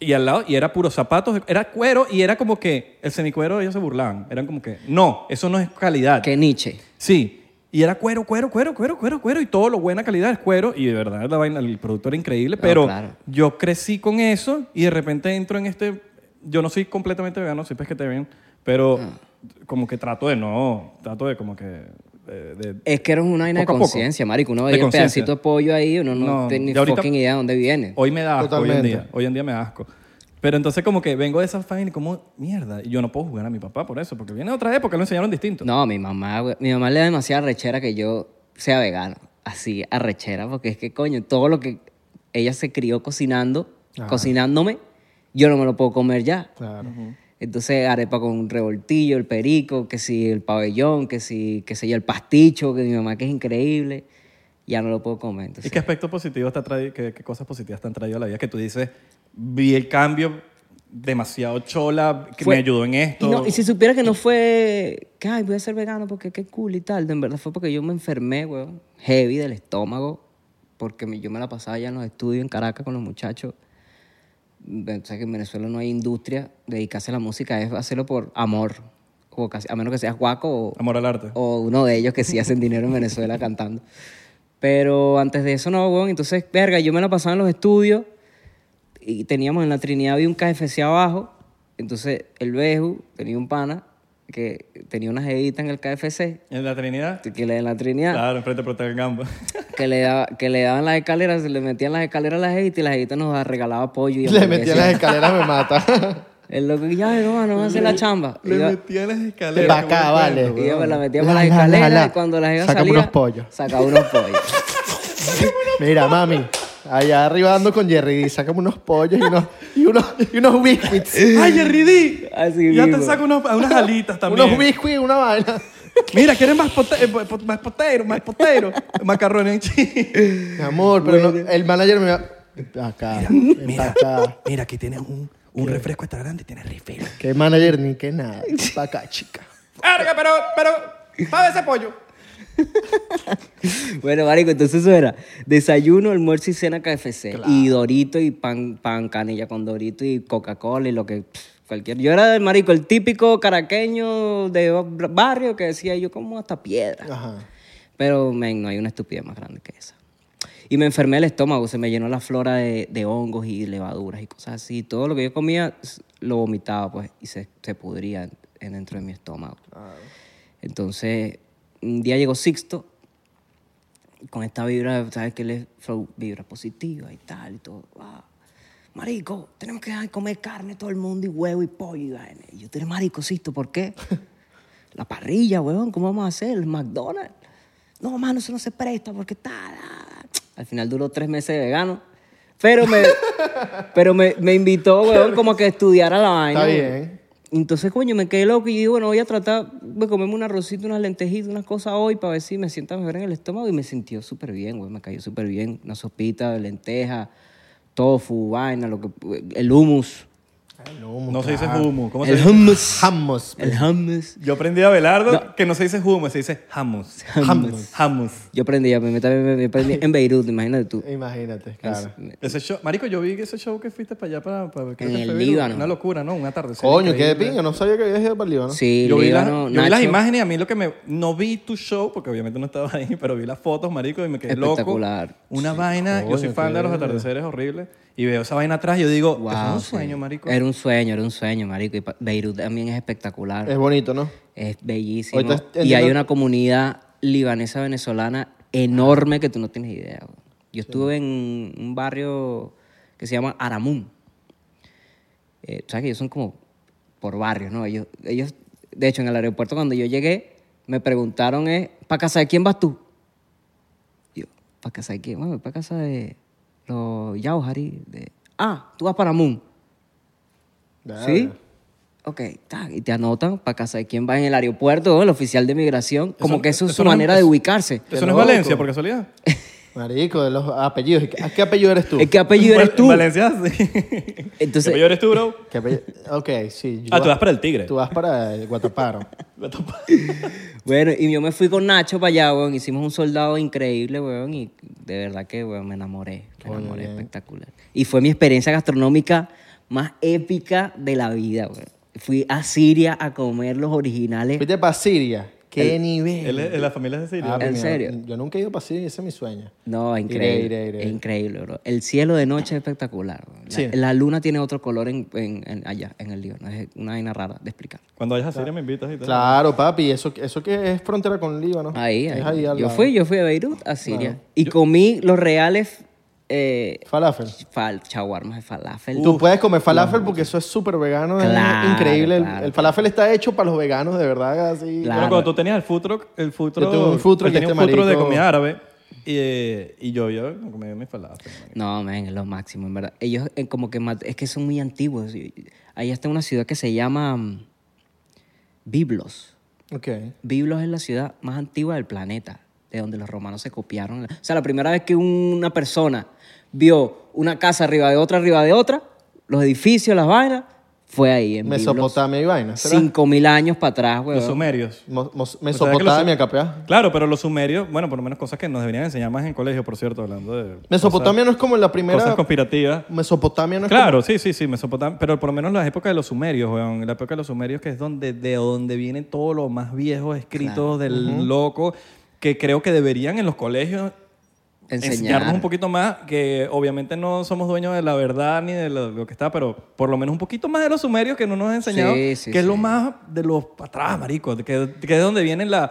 Y al lado, y era puro zapatos, era cuero y era como que el semicuero ellos se burlaban. Eran como que, no, eso no es calidad. Que Nietzsche. Sí. Y era cuero, cuero, cuero, cuero, cuero, cuero. Y todo lo buena calidad es cuero. Y de verdad, la vaina, el producto era increíble. Pero claro. yo crecí con eso y de repente entro en este... Yo no soy completamente vegano, sí es que te ven, pero Ah. como que trato de no... Trato de como que... eh, de- Es que era una vaina Poco a de poco. conciencia, marico. Uno De veía el conciencia. pedacito de pollo ahí, uno no, No, tiene ya ni ahorita- fucking idea de dónde viene. Hoy me da asco, hoy Totalmente. en día. Hoy en día me da asco. Pero entonces como que vengo de esa familia y como, mierda, y yo no puedo jugar a mi papá por eso, porque viene de otra época, lo enseñaron distinto. No, mi mamá, güey, mi mamá le da demasiada rechera que yo sea vegano. Así, arrechera, porque es que, coño, todo lo que ella se crió cocinando, cocinándome, yo no me lo puedo comer ya. Claro. Entonces, arepa con un revoltillo, el perico, que si el pabellón, que si, qué sé yo, el pasticho, que mi mamá que es increíble, ya no lo puedo comer. ¿Y Entonces, qué aspecto positivo te ha traído, qué, qué cosas positivas te han traído a la vida que tú dices, vi el cambio demasiado chola que Fue- me ayudó en esto. Y, no, y si supiera que no fue que, ay, voy a ser vegano porque qué cool y tal. En verdad fue porque yo me enfermé, weón, heavy del estómago, porque me- yo me la pasaba ya en los estudios en Caracas con los muchachos. Ve- O sea, que en Venezuela no hay industria, dedicarse a la música es hacerlo por amor, o casi- a menos que seas guaco o, Amor al arte. o uno de ellos que sí hacen dinero en (laughs) Venezuela cantando. Pero antes de eso no, weón. Entonces, verga, yo me la pasaba en los estudios y teníamos en la Trinidad había un KFC abajo. Entonces, el Beju tenía un pana que tenía una jevita en el KFC, En la Trinidad. que le en la Trinidad, Claro, enfrente de Proteger (laughs) Gambo. que, le daba- que le daban las escaleras, se le metían las escaleras a la jevita y la jevita nos regalaba pollo y Le metí en las escaleras, (laughs) me mata. El loco, ya, no, no va a hacer la chamba. Y yo- metía las escaleras. Vaca, vale. Y yo me la metía La, por las la, la, escaleras la. y cuando la jeva Sácame salía, unos pollos. sacaba unos pollos. Mira, mami. Allá arriba ando con Jerry D. Sácame unos pollos y unos, y unos, y unos biscuits. ¡Ay, Jerry D! Así ya te mismo. saco unos- (laughs) unas alitas también. Unos biscuits y una vaina. Mira, ¿quieres más, pote- eh, po- más potero? (laughs) Más potero. Macarrones en chile. Mi amor, pero no- el manager me va... Acá, ven pa' Ah. acá. Mira, aquí tienes un, un refresco extra grande. Tienes refill. Que manager ni que nada. Pa' acá, chica. ¡Verga, pero, pero! ¡Paga ese pollo! (laughs) Bueno, marico, entonces eso era desayuno, almuerzo y cena KFC. Y dorito y pan, pan canilla con dorito y Coca-Cola y lo que... pff, cualquier. Yo era, marico, el típico caraqueño de barrio que decía yo como hasta piedra. Ajá. Pero, men, no hay una estupidez más grande que esa. Y me enfermé el estómago, se me llenó la flora de, de hongos y levaduras y cosas así. Todo lo que yo comía s- lo vomitaba, pues, y se, se pudría en- dentro de mi estómago. Entonces, un día llegó Sixto con esta vibra, ¿sabes qué? Le flow, vibra positiva y tal, y todo. Ah, Marico, tenemos que dejar de comer carne todo el mundo y huevo y pollo y vaina. Y yo, tú eres marico, Sixto, ¿por qué? (laughs) La parrilla, huevón, ¿cómo vamos a hacer? El McDonald's. No, mano, eso no se presta porque tal. Al final duró tres meses de vegano. Pero (laughs) me, pero me, me invitó, huevón, como a que estudiara la vaina. Está huevón. bien. Entonces, coño, me quedé loco y yo digo, bueno, voy a tratar de comerme un arrocito, unas lentejitas, unas cosas hoy para ver si me sienta mejor en el estómago. Y me sintió súper bien, güey, me cayó súper bien. Una sopita de lenteja, tofu, vaina, lo que, el hummus. No se dice humo. ¿Cómo se El dice? pues. hummus. Hummus. El hummus. Yo aprendí a Belardo que no se dice humo, se dice hummus. Hummus. Hummus. Yo aprendí, a mí también me- me aprendí en Beirut, imagínate tú. Imagínate, claro. Ese show, marico, yo vi que ese show que fuiste para allá para, para creo En que el fue Beirut. Líbano. Una locura, ¿no? Un atardecer. Coño, qué de increíble. pinga. No sabía que habías ido para el Líbano. Sí, Yo vi, la- Líbano, yo vi las Nacho. imágenes y a mí lo que me... No vi tu show, porque obviamente no estaba ahí, (laughs) pero vi las fotos, marico, y me quedé loco. Espectacular. Una vaina. yo soy coño, fan qué de los atardeceres horribles. Y veo esa vaina atrás y yo digo, Wow, eso pues, es un sí. sueño, marico. Era un sueño, era un sueño, marico. Y pa- Beirut también es espectacular. Es bonito, ¿no? Es bellísimo. Ahorita Y hay entiendo- una comunidad libanesa venezolana enorme que tú no tienes idea. güey. Yo estuve en un barrio que se llama Aramun. Eh, ¿Sabes que ellos son como por barrios, no? Ellos, ellos, de hecho, en el aeropuerto cuando yo llegué, me preguntaron, ¿para casa de quién vas tú? Y Yo, ¿para casa de quién? Bueno, para casa de los Yauhari. De... Ah, tú vas para Aramun. ¿Sí? Ok, ta, y te anotan para casa de quién va en el aeropuerto, o el oficial de migración, como que eso es eso su no es- manera de ubicarse. Eso no es Valencia, por casualidad. Marico, de los apellidos. ¿Y qué- ¿A qué apellido eres tú? ¿El ¿Eh, qué apellido eres Val- tú? Valencia, sí. ¿Qué Entonces- apellido eres tú, bro? ¿Qué apellido? Ok, sí. yo- Ah, tú vas para el Tigre. Tú vas para el Guataparo. Bueno, y yo me fui con Nacho para allá, weón, hicimos un soldado increíble, weón, y de verdad que, weón, me enamoré, me enamoré espectacular. Y fue mi experiencia gastronómica más épica de la vida, weón. Fui a Siria a comer los originales. Viste para Siria. Qué nivel. Él es- en la familia es de Siria. Ah, ¿En mi serio? amor, Yo nunca he ido para Siria y ese es mi sueño. No, increíble. iré, iré. Es increíble, bro. El cielo de noche es espectacular. bro. La, Sí. la luna tiene otro color en, en- en- allá, en el Líbano. Es una vaina rara de explicar. Cuando vayas a Siria me invitas y tal. Claro, papi. Eso, eso que es frontera con Líbano. Ahí, Ah, Es ahí. ahí al yo lado. fui, yo fui a Beirut, a Siria. Y comí los reales eh, Falafel. fal, chaguarmas de falafel. Tú puedes comer falafel porque eso es súper vegano, Claro, es increíble. El- claro. el falafel está hecho para los veganos, de verdad, así. Claro. Pero cuando tú tenías el food truck, el food Yo truck, tengo un food yo truck y tenía este un food truck de marico- comida árabe y, eh, y yo, yo me comía mis falafel. man. No, men, es lo máximo, en verdad. Ellos eh, como que mat- es que son muy antiguos. Y- y- Ahí está una ciudad que se llama mm, Biblos. Ok. Biblos es la ciudad más antigua del planeta, de donde los romanos se copiaron. O sea, la primera vez que una persona vio una casa arriba de otra, arriba de otra, los edificios, las vainas, fue ahí en biblos. Mesopotamia y vaina. ¿será? Cinco mil años para atrás, weón. Los sumerios. Mo- mos- O sea, que los- Mesopotamia, capaz. Claro, pero los sumerios, bueno, por lo menos cosas que nos deberían enseñar más en el colegio, por cierto, hablando de Mesopotamia no es como la cosas, cosas primera. conspirativas. Mesopotamia no es Claro, sí, sí, sí, Mesopotamia, pero por lo menos la época de los sumerios, weón, la época de los sumerios que es donde de donde vienen todos los más viejos escritos del loco que creo que deberían en los colegios enseñarnos un poquito más, que obviamente no somos dueños de la verdad ni de lo, lo que está, pero por lo menos un poquito más de los sumerios que no nos han enseñado, Sí, sí, que es sí. lo más de los pa' atrás, marico, que, que es donde vienen la,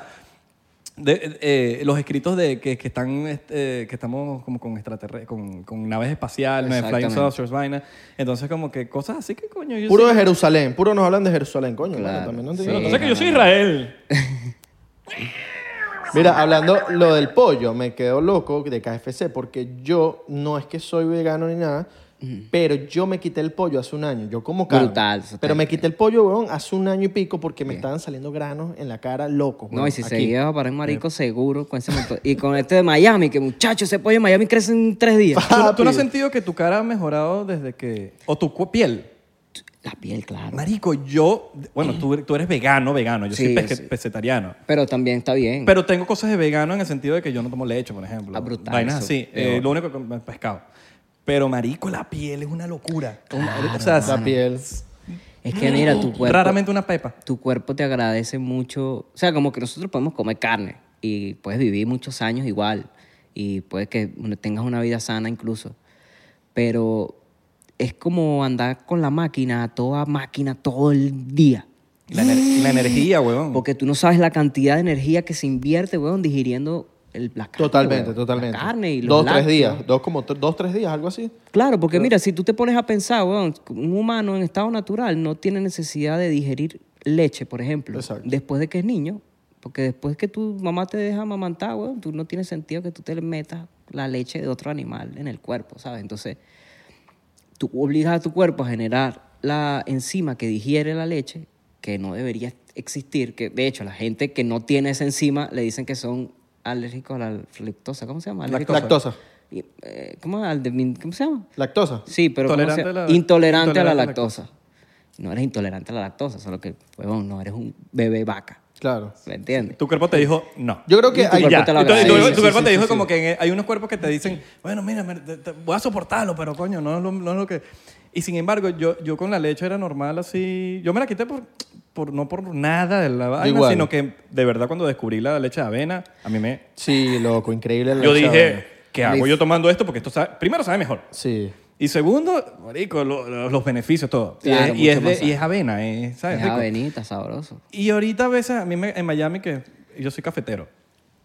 de, eh, los escritos de que, que están este, que estamos como con extraterrestres, con, con naves espaciales, naves flying Exactamente. saucers, vaina. Entonces como que cosas así que coño yo Puro sí- de Jerusalén. Puro nos hablan de Jerusalén, coño. Claro, mano, también no sí. entiendo Entonces tanto. que yo soy Israel. Mira, hablando lo del pollo, me quedo loco de KFC porque yo no es que soy vegano ni nada, pero yo me quité el pollo hace un año. Yo como carne. Brutal, eso está Pero me bien. quité el pollo, weón, hace un año y pico porque me estaban saliendo granos en la cara loco. No, weón, y si aquí. seguía a parar en marico, seguro. Con ese montón- Y con este de Miami, que muchacho, ese pollo en Miami crece en tres (laughs) días. ¿Tú, no- tú no has Papi. sentido que tu cara ha mejorado desde que... o tu cu- piel? La piel, claro. Marico, yo, bueno, tú, tú eres vegano, vegano, yo soy Sí, pesque- sí. pescetariano. Pero también está bien. Pero tengo cosas de vegano en el sentido de que yo no tomo leche, por ejemplo. Ah, brutal, Vainas eso, así. peor. Eh, lo único que como es pescado. Pero, marico, la piel es una locura. o sea, La es piel. es que mira, tu cuerpo, raramente una pepa. tu cuerpo te agradece mucho. O sea, como que nosotros podemos comer carne y puedes vivir muchos años igual. Y puede que tengas una vida sana incluso. Pero es como andar con la máquina, a toda máquina, todo el día. La, ener- la energía, Mm. huevón. Porque tú no sabes la cantidad de energía que se invierte, weón, digiriendo el, la carne. Totalmente, weón. totalmente. La carne y los Dos, tres lácteos. días. Dos, como tre- dos, tres días, algo así. Claro, porque mira, si tú te pones a pensar, weón, un humano en estado natural no tiene necesidad de digerir leche, por ejemplo, Exacto. después de que es niño. Porque después que tu mamá te deja amamantar, weón, tú no tiene sentido que tú te le metas la leche de otro animal en el cuerpo, ¿sabes? Entonces, tú obligas a tu cuerpo a generar la enzima que digiere la leche, que no debería existir, que de hecho la gente que no tiene esa enzima le dicen que son alérgicos a la fructosa, ¿cómo se llama? Alérgicos. Lactosa. Y, eh, ¿Cómo, al de min- ¿Cómo se llama? Lactosa. Sí, pero ¿cómo Tolerante se- a la- intolerante a la intolerante a la lactosa. No eres intolerante a la lactosa, solo que, huevón, no eres un bebé vaca. Claro. ¿Me entiendes? Tu cuerpo te dijo no. Yo creo que Y tu Y hay- ya. cuerpo te lo Y tu- y tu- agradece. tu Sí, cuerpo sí, te sí, dijo sí. como que en- hay unos cuerpos que te dicen, bueno, mira, me- te- te- voy a soportarlo, pero coño, no es lo, no es lo que... Y sin embargo, yo, yo con la leche era normal así... Yo me la quité por, por no por nada de la vaina, Igual. sino que de verdad cuando descubrí la leche de avena, a mí me... Sí, loco, increíble. la Yo leche de avena. dije, ¿qué hago yo tomando esto? Porque esto sabe- primero sabe mejor. Sí. Y segundo, marico, lo- lo- los beneficios, todo. Y Claro, es- y, es, mucho de- más sano. y es avena, eh, ¿sabes? Es Rico. avenita, sabroso. Y ahorita a veces, a mí me- en Miami, que yo soy cafetero.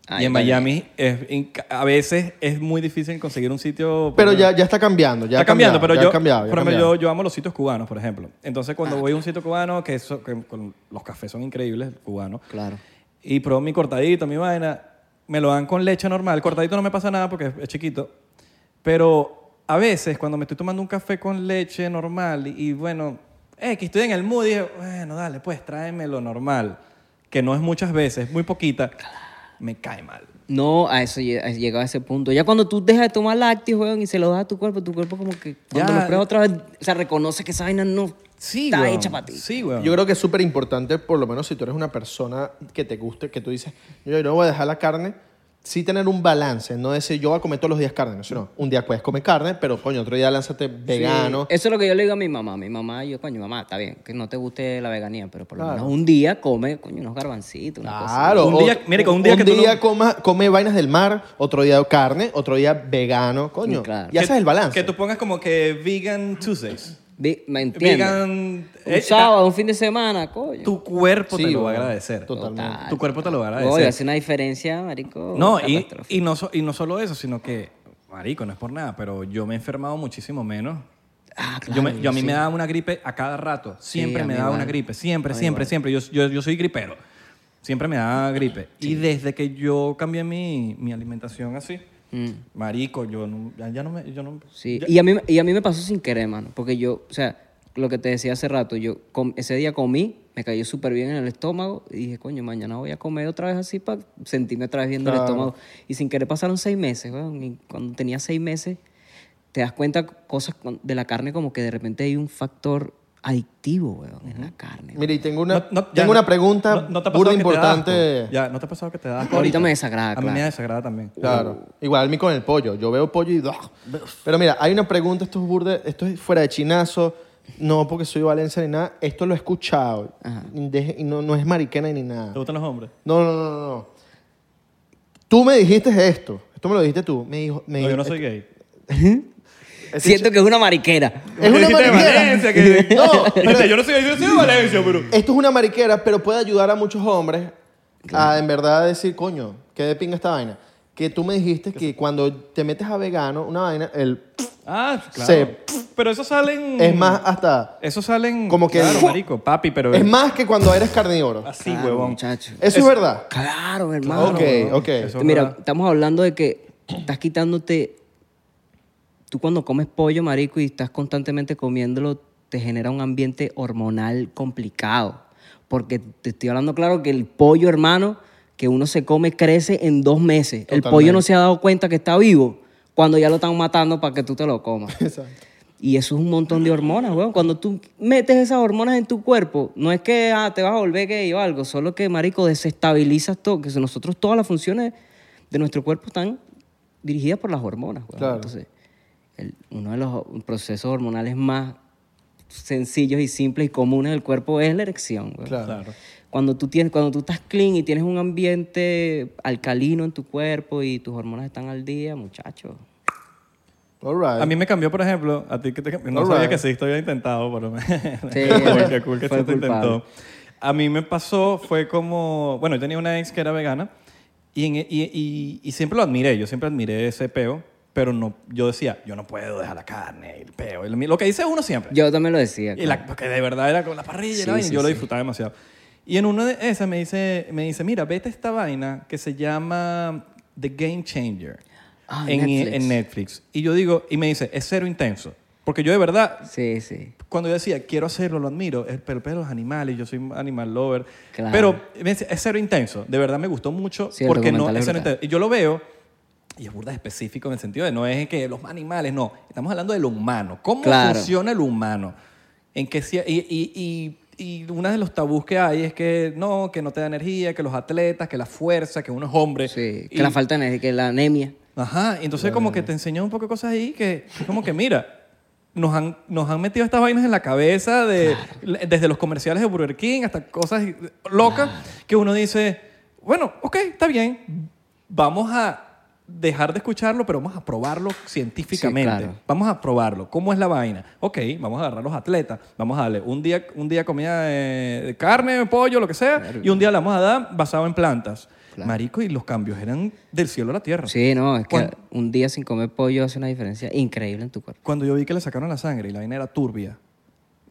Ah, y yo también. en Miami es inca- a veces es muy difícil conseguir un sitio... Pero ya, ya está cambiando. Ya está ha cambiando, cambiado, pero ya yo, ha cambiado, ya ha por ejemplo, cambiado. yo, yo amo los sitios cubanos, por ejemplo. Entonces, cuando voy a un sitio cubano, que, eso- que con- los cafés son increíbles, cubanos, Claro. y pruebo mi cortadito, mi vaina, me lo dan con leche normal. Cortadito no me pasa nada porque es- es chiquito, pero a veces cuando me estoy tomando un café con leche normal y, y bueno, eh, que estoy en el mood y dije, bueno, dale, pues tráeme lo normal, que no es muchas veces, muy poquita, me cae mal. No, a eso lle- a- llegaba a ese punto. Ya cuando tú dejas de tomar lácteos, weón, y se lo das a tu cuerpo, tu cuerpo como que cuando Ya. lo pruebas otra vez, o sea, reconoce que esa vaina no Sí, está weón. hecha para ti. Sí, weón. Yo creo que es súper importante, por lo menos si tú eres una persona que te guste, que tú dices, yo no voy a dejar la carne, sí tener un balance, no decir yo voy a comer todos los días carne, no, sino un día puedes comer carne, pero coño, otro día lánzate vegano. Eso es lo que yo le digo a mi mamá. Mi mamá, yo, coño, mamá, está bien, que no te guste la veganía, pero por lo Claro. menos un día come, coño, unos garbancitos, una cosa. Claro, Un o- día- mire, con un día que tú no- coma- come vainas del mar, otro día carne, otro día vegano, coño. Sí, claro. Y haces el balance. Que tú pongas como que vegan Tuesdays. Vi- ¿Me entiendes? Vegan... Un eh, sábado, un fin de semana, coño. Tu cuerpo Sí, te lo va a weón. agradecer. Totalmente. Total. Tu cuerpo te lo va a Oye, agradecer. hace una diferencia, marico. No, y, catastrófica. y no, so- y no solo eso, sino que, marico, no es por nada, pero yo me he enfermado muchísimo menos. Ah, yo claro, me- yo a mí sí. me daba una gripe a cada rato. Siempre a me mí daba una igual. gripe. Siempre, A mí siempre, igual. siempre. Yo, yo, yo soy gripero. Siempre me daba gripe. Y desde que yo cambié mi, mi alimentación así, Mm. marico, yo no, ya, ya no me... Yo no, Sí, ya- y a, mí, y a mí me pasó sin querer, mano, porque yo, o sea, lo que te decía hace rato, yo com- ese día comí, me cayó súper bien en el estómago y dije, coño, mañana voy a comer otra vez así para sentirme otra vez viendo Claro. el estómago. Y sin querer pasaron seis meses, weón, y cuando tenía seis meses, te das cuenta cosas con- de la carne como que de repente hay un factor adictivo, weón, en la carne. Mira, y tengo una, No- no- ya tengo no- una pregunta no- no te ha pasado burda que te da importante. asco. Ya, no te ha pasado que te da asco. Ahorita me desagrada, A mí claro. me desagrada también. Claro. Uh. Igual a mí con el pollo. Yo veo pollo y. ¡ah! Pero mira, hay una pregunta, esto es burda, esto es fuera de chinazo. No porque soy Valencia ni nada. Esto lo he escuchado. Deje- y no, no es mariquena ni nada. ¿Te gustan los hombres? No, no, no, no, no. Tú me dijiste esto. Esto me lo dijiste tú. Me dijo. Me No, yo no soy gay. ese Siento que es una mariquera. Es una Dijiste de mariquera. Valencia, (laughs) que- No, Dijiste, pero- yo no soy gay, yo soy de Valencia, pero... Esto es una mariquera, pero puede ayudar a muchos hombres a en verdad decir, coño, qué de pinga esta vaina. Que tú me dijiste que cuando te metes a vegano, una vaina, el Ah, claro. Se- Pero eso salen... es más hasta. Eso salen... Como que- Claro, marico, papi, pero... Es más que cuando eres carnívoro. Eso Así, Claro, huevón. muchacho. es verdad. Claro, hermano. ok, huevón. ok. Eso es Mira, verdad. estamos hablando de que estás quitándote. Tú cuando comes pollo, marico, y estás constantemente comiéndolo, te genera un ambiente hormonal complicado. Porque te estoy hablando claro que el pollo, hermano, que uno se come, crece en dos meses. El pollo no se ha dado cuenta que está vivo cuando ya lo están matando para que tú te lo comas. Exacto. Y eso es un montón de hormonas, weón. Cuando tú metes esas hormonas en tu cuerpo, no es que ah, te vas a volver gay o algo, solo que, marico, desestabilizas todo. Que nosotros todas las funciones de nuestro cuerpo están dirigidas por las hormonas, weón. Claro. Entonces, el- uno de los procesos hormonales más sencillos y simples y comunes del cuerpo es la erección, weón. Claro. Claro. Cuando tú, tienes, cuando tú estás clean y tienes un ambiente alcalino en tu cuerpo y tus hormonas están al día, muchacho. All right. A mí me cambió, por ejemplo, a ti que te cambió. No Alright. sabía que sí, estoy intentado, por lo (laughs) menos. Sí, Cool, qué cool que fue sí te culpable. intentó. A mí me pasó, fue como. Bueno, yo tenía una ex que era vegana y, en- e, y- y- y siempre lo admiré, yo siempre admiré ese peo, pero no, yo decía, yo no puedo dejar la carne, el peo, el- lo que dice uno siempre. Yo también lo decía. Y la, porque de verdad era con la parrilla, y Sí, la vaina, y sí, yo lo sí. disfrutaba demasiado. Y en una de esas me dice, me dice, mira, vete esta vaina que se llama The Game Changer Ah, en Netflix. en Netflix. Y yo digo, y me dice, es cero intenso. Porque yo de verdad, Sí, sí. cuando yo decía, quiero hacerlo, lo admiro, es pero pero los animales, yo soy un animal lover. Claro. Pero me dice, es cero intenso. De verdad me gustó mucho Sí, el porque no documental es es cero brutal. intenso. Y yo lo veo y es burda específico en el sentido de no es que los animales, no. Estamos hablando de lo humano. ¿Cómo Claro. funciona el humano? En que si- y, y, y, y uno de los tabús que hay es que no, que no te da energía, que los atletas, que la fuerza, que uno es hombre. Sí, que Y- la falta de energía, que la anemia. Ajá, y entonces como que te enseñó un poco de cosas ahí que es como que mira, nos han, nos han metido estas vainas en la cabeza de, le- desde los comerciales de Burger King hasta cosas locas que uno dice, bueno, ok, está bien, vamos a dejar de escucharlo, pero vamos a probarlo científicamente. claro. Vamos a probarlo. ¿Cómo es la vaina? Ok, vamos a agarrar los atletas. Vamos a darle un día, un día comida eh, de, de carne, pollo, lo que sea, y un día la vamos a dar basado en plantas. Marico, y los cambios eran del cielo a la tierra. Sí, no, es que Cuan- un día sin comer pollo hace una diferencia increíble en tu cuerpo. Cuando yo vi que le sacaron la sangre y la vaina era turbia,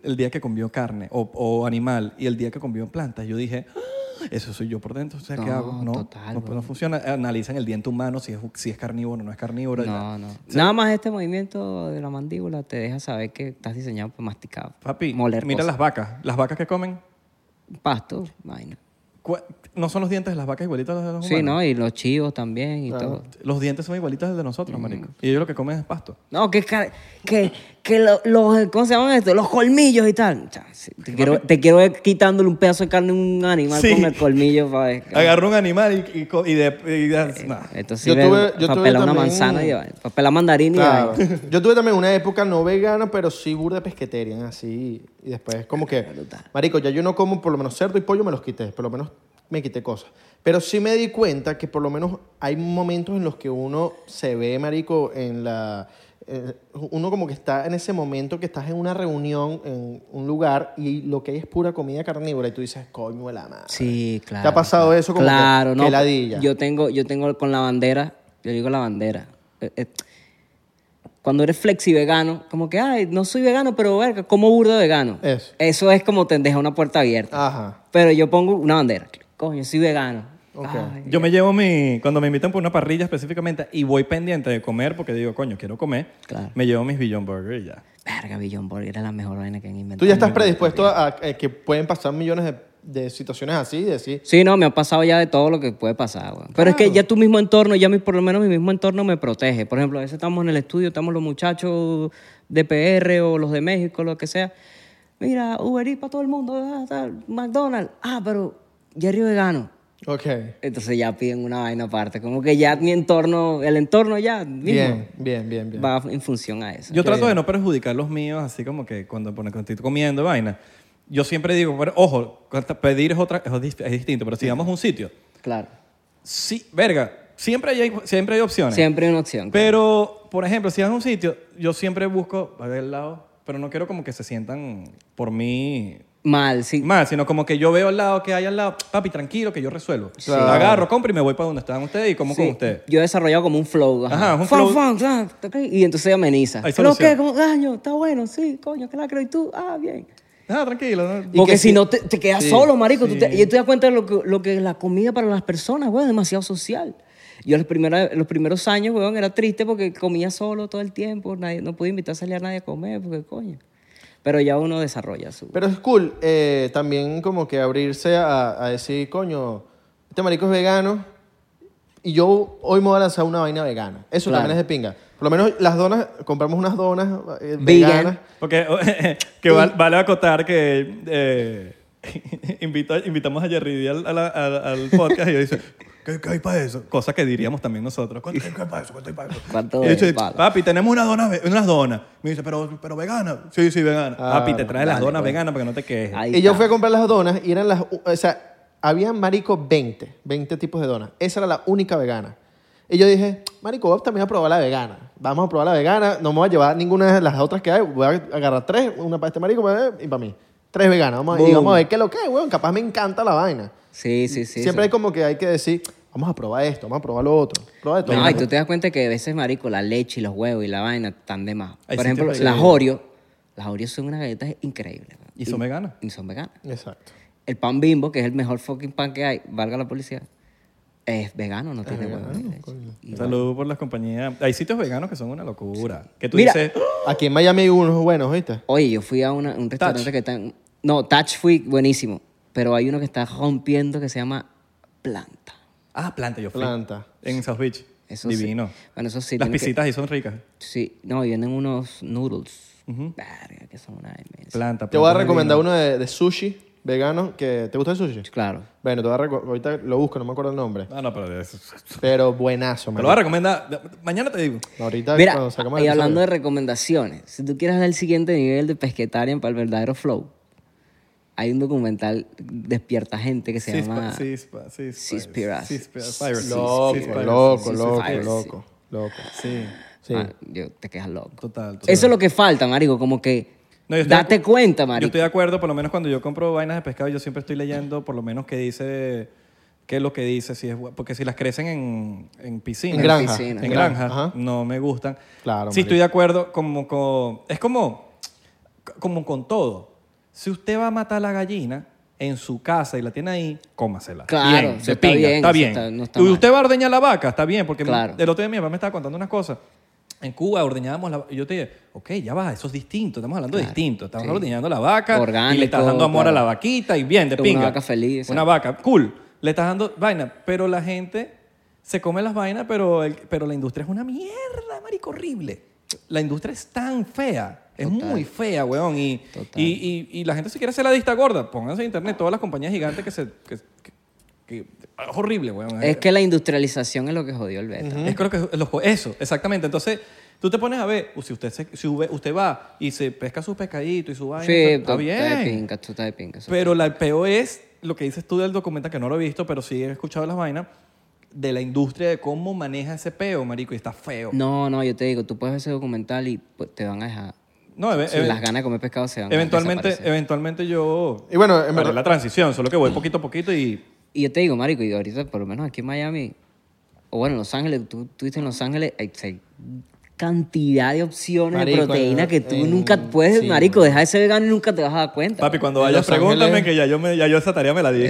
el día que comió carne o, o animal y el día que comió plantas, yo dije, "Ah, eso soy yo por dentro, o sea, ¿qué No, hago? No, total, no, bro. no funciona. Analizan el diente humano, si es, si es carnívoro o no es carnívoro. No, no. Nada más este movimiento de la mandíbula te deja saber que estás diseñado para masticar. Papi, moler mira cosas. las vacas. Las vacas que comen, Pasto, vaina. cua- no son los dientes de las vacas igualitos a los de los Sí, humanos. ¿no? Y los chivos también y todo. Los dientes son igualitos a los de Mm. nosotros, marico. Y ellos lo que comen es pasto. No, que, car- que, que lo- los, ¿cómo se llaman esto? Los colmillos y tal. Cha, sí, Te quiero, te quiero ver quitándole un pedazo de carne a un animal Sí. con el colmillo para ver. Agarra un animal y, y, co- y de... y Eh, de- nah. Entonces, Yo tuve- yo para tuve pelar una también- manzana y para pelar mandarina y Claro. vaina. Yo tuve también una época no vegana, pero sí burda pesquetería, así. Y después, como que, marico, ya yo no como por lo menos cerdo y pollo, me los quité, por lo menos me quité cosas. Pero sí me di cuenta que por lo menos hay momentos en los que uno se ve, marico, en la. eh, uno como que está en ese momento que estás en una reunión, en un lugar, y lo que hay es pura comida carnívora, y tú dices, coño, de la madre. Sí, claro. ¿Te ha pasado eso como que- claro, que no, ladilla? Yo tengo, yo tengo con la bandera, yo digo la bandera. Eh, eh, Cuando eres flexi vegano, como que, ay, no soy vegano, pero verga, como burdo vegano. Eso. Eso es como te deja una puerta abierta. Ajá. Pero yo pongo una bandera. Coño, soy vegano. Ok. Ay, Yo me llevo mi. Cuando me invitan por una parrilla específicamente y voy pendiente de comer porque digo, coño, quiero comer, Claro. me llevo mis Beyond Burger y ya. verga, Billon Burger era la mejor vaina que han inventado. Tú ya estás predispuesto a, a que pueden pasar millones de, de situaciones así, de decir, Sí, no, me ha pasado ya de todo lo que puede pasar, weón. Pero es que ya tu mismo entorno, ya mi, por lo menos mi mismo entorno me protege. Por ejemplo, a veces estamos en el estudio, estamos los muchachos de PR o los de México, lo que sea. mira, Uber Eats para todo el mundo, ah, tal, McDonald's, ah, pero Jerry vegano. Ok. Entonces ya piden una vaina aparte, como que ya mi entorno, el entorno ya mismo Bien, bien, bien, bien. va en función a eso. Yo trato de no perjudicar los míos, así como que cuando, cuando estoy comiendo vaina. Yo siempre digo, bueno, ojo, pedir es, otra, es, dis- es distinto, pero si vamos a un sitio, Claro, sí, verga, siempre hay, siempre hay opciones. siempre hay una opción. Pero, por ejemplo, si vas a un sitio, yo siempre busco a ver el lado, pero no quiero como que se sientan por mí Mal, sí. mal, sino como que yo veo al lado que hay al lado, papi, tranquilo, que yo resuelvo. Claro. Agarro, compro y me voy para donde están ustedes y como Sí, con ustedes. Yo he desarrollado como un flow. Ajá, un Fan, flow. fan, fan, ah, ok, y entonces ameniza. Hay ¿Lo solución. que? ¿Cómo? Año, está bueno, sí, coño, que la creo. ¿Y tú? Ah, bien. Ah, tranquilo. ¿no? Porque que si sí- no te, te quedas sí, solo, marico. Tú te- y tú te das cuenta de lo que, lo que es la comida para las personas, güey, es demasiado social. Yo los, primera- los primeros años, weón, era triste porque comía solo todo el tiempo. Nadie, no podía invitar a salir a nadie a comer, porque coño. Pero ya uno desarrolla su... Pero es cool eh, también como que abrirse a, a decir, coño, este marico es vegano y yo hoy me voy a lanzar una vaina vegana. Eso Claro. también es de pinga. Por lo menos las donas, compramos unas donas eh, Vegan. veganas. Porque (laughs) que val- vale acotar que eh, (laughs) invita- invitamos a Jerry D al, a la- al- al podcast y yo dice, ¿qué, qué hay para eso? Cosa que diríamos también nosotros. ¿Cuánto hay para eso? ¿Cuánto hay para eso? ¿Cuánto Y es, dice, palo? papi, tenemos unas donas, ve- unas donas. Me dice, pero, pero vegana. Sí, sí, vegana. Ah, papi, te trae las dale, donas pues. veganas para que no te quejes. Ahí Y yo está. fui a comprar las donas y eran las... u- O sea, había marico 20, 20 tipos de donas. Esa era la única vegana. Y yo dije, marico, voy también a probar la vegana. Vamos a probar la vegana. No me voy a llevar ninguna de las otras que hay. Voy a agarrar tres, una para este marico para- y para mí. Tres veganas. Vamos a, y Boom. vamos a ver qué es lo que es, weón. Capaz me encanta la vaina. Sí, sí, sí. sí. Siempre hay como que hay que decir, vamos a probar esto, vamos a probar lo otro. Prueba de todo. No, y tú te das cuenta que a veces, marico, la leche y los huevos y la vaina están de más. Hay Por ejemplo, sitios- las Oreo. Las Oreo son unas galletas increíbles. ¿no? Y son veganas. Y son veganas. Exacto. El pan bimbo, que es el mejor fucking pan que hay, valga la policía, es vegano, no tiene huevo ni leche. Y- Saludos por las compañías. Hay sitios veganos que son una locura. Que tú Mira. dices, Aquí en Miami hay unos buenos, ¿viste? Oye, yo fui a una- un restaurante que está... en- No, Touch fui buenísimo, pero hay uno que está rompiendo que se llama Planta. ah, planta, yo fui. Planta. En South Beach. Eso sí. Divino. Bueno, eso sí. las tiene que- pisitas ahí son ricas. Sí, no, y vienen unos noodles. Verga, que son una demencia. Planta, Te voy a planta, recomendar uno de, de sushi vegano que... ¿Te gusta el sushi? Claro. Bueno, te voy a reco- ahorita lo busco, no me acuerdo el nombre. Ah, no, pero eso- eso- eso- Pero buenazo, Te lo voy a man. recomendar. Mañana te digo. Ahorita Mira, cuando sacamos y el hablando episodio. de recomendaciones, si tú quieres dar el siguiente nivel de pesquetarian para el verdadero flow, hay un documental Despierta Gente que se llama... Cispa, cispa, Cispira. Cispira- Fire- Loco, Cispira- loco, sí, loco, sí, sí. loco, loco. Sí, Sí. Ah, yo te quedas loco. total. total. Eso es lo que falta, marico, como que No, yo estoy date de acu- cuenta, Yo marico. estoy de acuerdo, por lo menos cuando yo compro vainas de pescado, yo siempre estoy leyendo por lo menos qué dice, qué es lo que dice, si es bu- porque si las crecen en, en piscina. En granja. piscina. en granja, granja, ajá. no me gustan. Claro, Sí, marico. estoy de acuerdo. Como con, es como, como con todo. Si usted va a matar la gallina en su casa y la tiene ahí, cómasela. Claro, bien, eso de está pinga, bien, Está eso bien. está- no está Y mal. usted va a ordeñar la vaca, está bien, porque Claro. el otro día mi papá me estaba contando unas cosas. En Cuba ordeñábamos la vaca. Yo te dije, ok, ya va, eso es distinto. Estamos hablando de distinto. Estamos ordeñando la vaca y Orgánico, le estás dando amor claro. a la vaquita y bien, de Una pinga. vaca feliz, Una vaca, cool. Le estás dando vaina, pero la gente se come las vainas, pero, el- pero la industria es una mierda, marico, horrible. La industria es tan fea. Es muy fea, weón. Y, Total. y, y, y la gente se quiere hacer la vista gorda. Pónganse en internet todas las compañías gigantes que se... que- que- que- es horrible, weón. Es que la industrialización es lo que jodió el beta. Es creo que los, eso, exactamente. Entonces, tú te pones a ver, si usted, se- si ube- usted va y se pesca sus pescaditos y su vaina, Sí, está tú estás de bien. pinga, tú estás de pinga. eso. Pero la peor es lo que dices tú del documental, que no lo he visto, pero sí he escuchado las vainas, de la industria de cómo maneja ese peo, marico, y está feo. No, no, yo te digo, tú puedes ver ese documental y pues, te van a dejar... No, eve- si eve- las ganas de comer pescado se van a Eh, eventualmente, desaparecer. eventualmente yo... Y bueno, en haré verdad- la transición, solo que voy poquito a poquito y... Y yo te digo, marico, y ahorita, por lo menos aquí en Miami, o bueno, en Los Ángeles, tú tú estuviste en Los Ángeles, hay, hay cantidad de opciones Marico, de proteína en- que tú en- nunca puedes, sí. marico, dejar ese vegano y nunca te vas a dar cuenta. Papi, cuando En vayas, Los pregúntame Ángeles- que ya yo, me, ya yo esa tarea me (laughs) la di.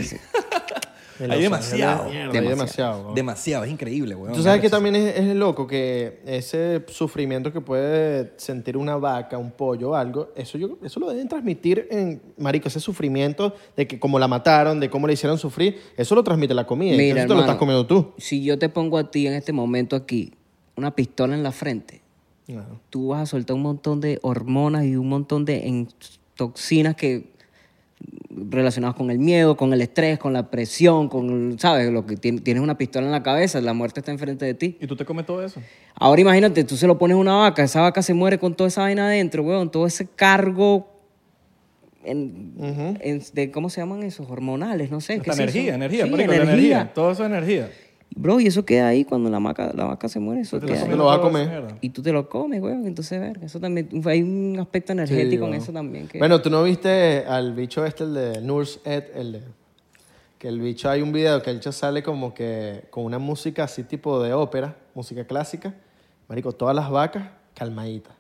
En Hay Los demasiado. Ángeles, mierda, Hay Demasiado. demasiado. weón. Demasiado, es increíble, weón. Tú sabes que Arrecho. también es, es loco que ese sufrimiento que puede sentir una vaca, un pollo, algo, eso yo eso lo deben transmitir en marico, ese sufrimiento de que como la mataron, de cómo le hicieron sufrir, eso lo transmite la comida, y Mira, eso te lo hermano, estás comiendo tú. Si yo te pongo a ti en este momento aquí una pistola en la frente, Claro. tú vas a soltar un montón de hormonas y un montón de en- toxinas que relacionadas con el miedo, con el estrés, con la presión, con, el- ¿sabes? Lo que tien- tienes una pistola en la cabeza, la muerte está enfrente de ti. ¿Y tú te comes todo eso? Ahora imagínate, tú se lo pones a una vaca, esa vaca se muere con toda esa vaina adentro, weón, todo ese cargo en- en- de, ¿cómo se llaman esos? Hormonales, no sé. ¿qué Hasta es eso? energía, energía, Sí, marico, la energía. Todo eso es energía. Bro, y eso queda ahí cuando la vaca, la vaca se muere, eso Te estás queda ahí. comiendo. lo vas a toda esa comer. mierda. Y tú te lo comes, weón, entonces, verga, eso también, hay un aspecto energético en eso también. Que... Bueno, tú no viste al bicho este, el de Nurse Ed, el de. Que el bicho hay un video que el bicho sale como que con una música así tipo de ópera, música clásica. Marico, todas las vacas calmaditas.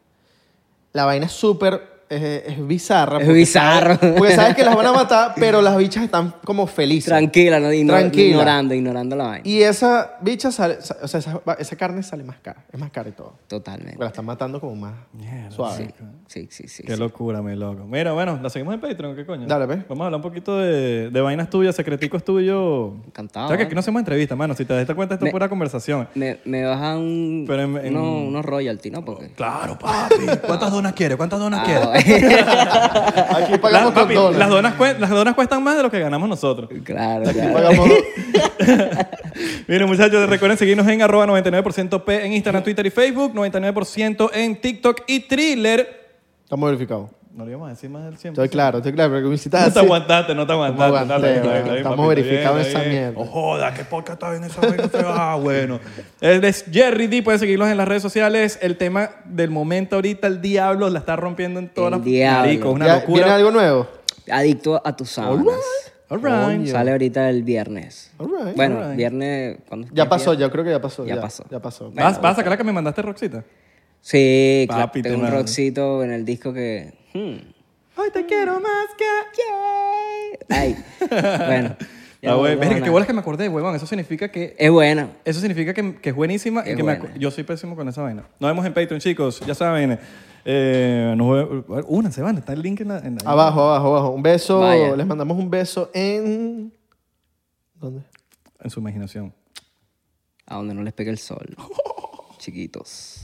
La vaina es súper. eh, Es, bizarra. Es porque bizarro. sabe- porque sabes que (laughs) las van a matar, pero las bichas están como felices. Tranquila, no, Igno- Tranquila. ignorando, ignorando la vaina. Y esa bicha sale. sa- O sea, esa, va- esa carne sale más cara. Es más cara y todo. Totalmente. Porque la están matando como más Mierda, suave. Sí, sí, sí. sí, Qué sí. locura, mi loco. Mira, bueno, la seguimos en Patreon, ¿qué coño? Dale, ve. Vamos a hablar un poquito de, de vainas tuyas, secreticos tuyos. Encantado, ¿Sabes que ¿eh? aquí no hacemos entrevistas, mano? Si te das cuenta, esto es Me- pura conversación. Me, me baja un, Pero en- en- uno- unos royalty, ¿no? Porque... Claro, papi. ¿Cuántas donas quieres? ¿Cuántas Ah, donas quieres? (laughs) Aquí La- pagamos papi, con dólares. las, donas cuen- las donas cuestan más de lo que ganamos nosotros. Claro, (laughs) claro. Pagamos. Miren, muchachos, recuerden seguirnos en arroba 99% P en Instagram, Twitter y Facebook, 99% en TikTok y Thriller. Estamos verificados. No le íbamos a decir más del 100%. Estoy claro, estoy claro, pero que me hiciste No te así. aguantaste, no te aguantaste. aguanté, Dale, dale, weón. dale, dale, Estamos papito, verificados bien, en esa bien. mierda. Oh, joda, qué podcast está bien esa vaina fea. Ah, bueno. Él es Jerry D. Pueden seguirlos en las redes sociales. El tema del momento ahorita, el diablo la está rompiendo en todas El las diablo. marico, una Ya, locura. ¿Viene algo nuevo? Adicto a tus sábanas. All right. Coño. Sale ahorita el viernes. All right, bueno, all right. viernes... cuando Ya pasó, yo creo que ya pasó. Ya pasó. Ya pasó. ¿Vas, vas a sacar la que me mandaste, Roxita? Sí, claro, Papi, te tengo un mando. rockcito en el disco que... hmm, Hoy te quiero más que... (laughs) Ay. bueno. ya Ah, no güey, digo verga, qué nada. bolas que me acordé, huevón. Eso significa que Es buena. Eso significa que, que es buenísima y Es que me buena. acu- yo soy pésimo con esa vaina. Nos vemos en Patreon, chicos. Ya saben. Eh, nos ve- una semana. Está el link en la... en la- Abajo, abajo, abajo. Un beso. Vaya. Les mandamos un beso en. ¿Dónde? en su imaginación. A donde no les pegue el (laughs) sol. Chiquitos.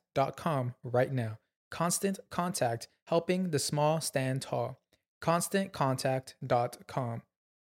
right now. Constant Contact, helping the small stand tall. ConstantContact.com.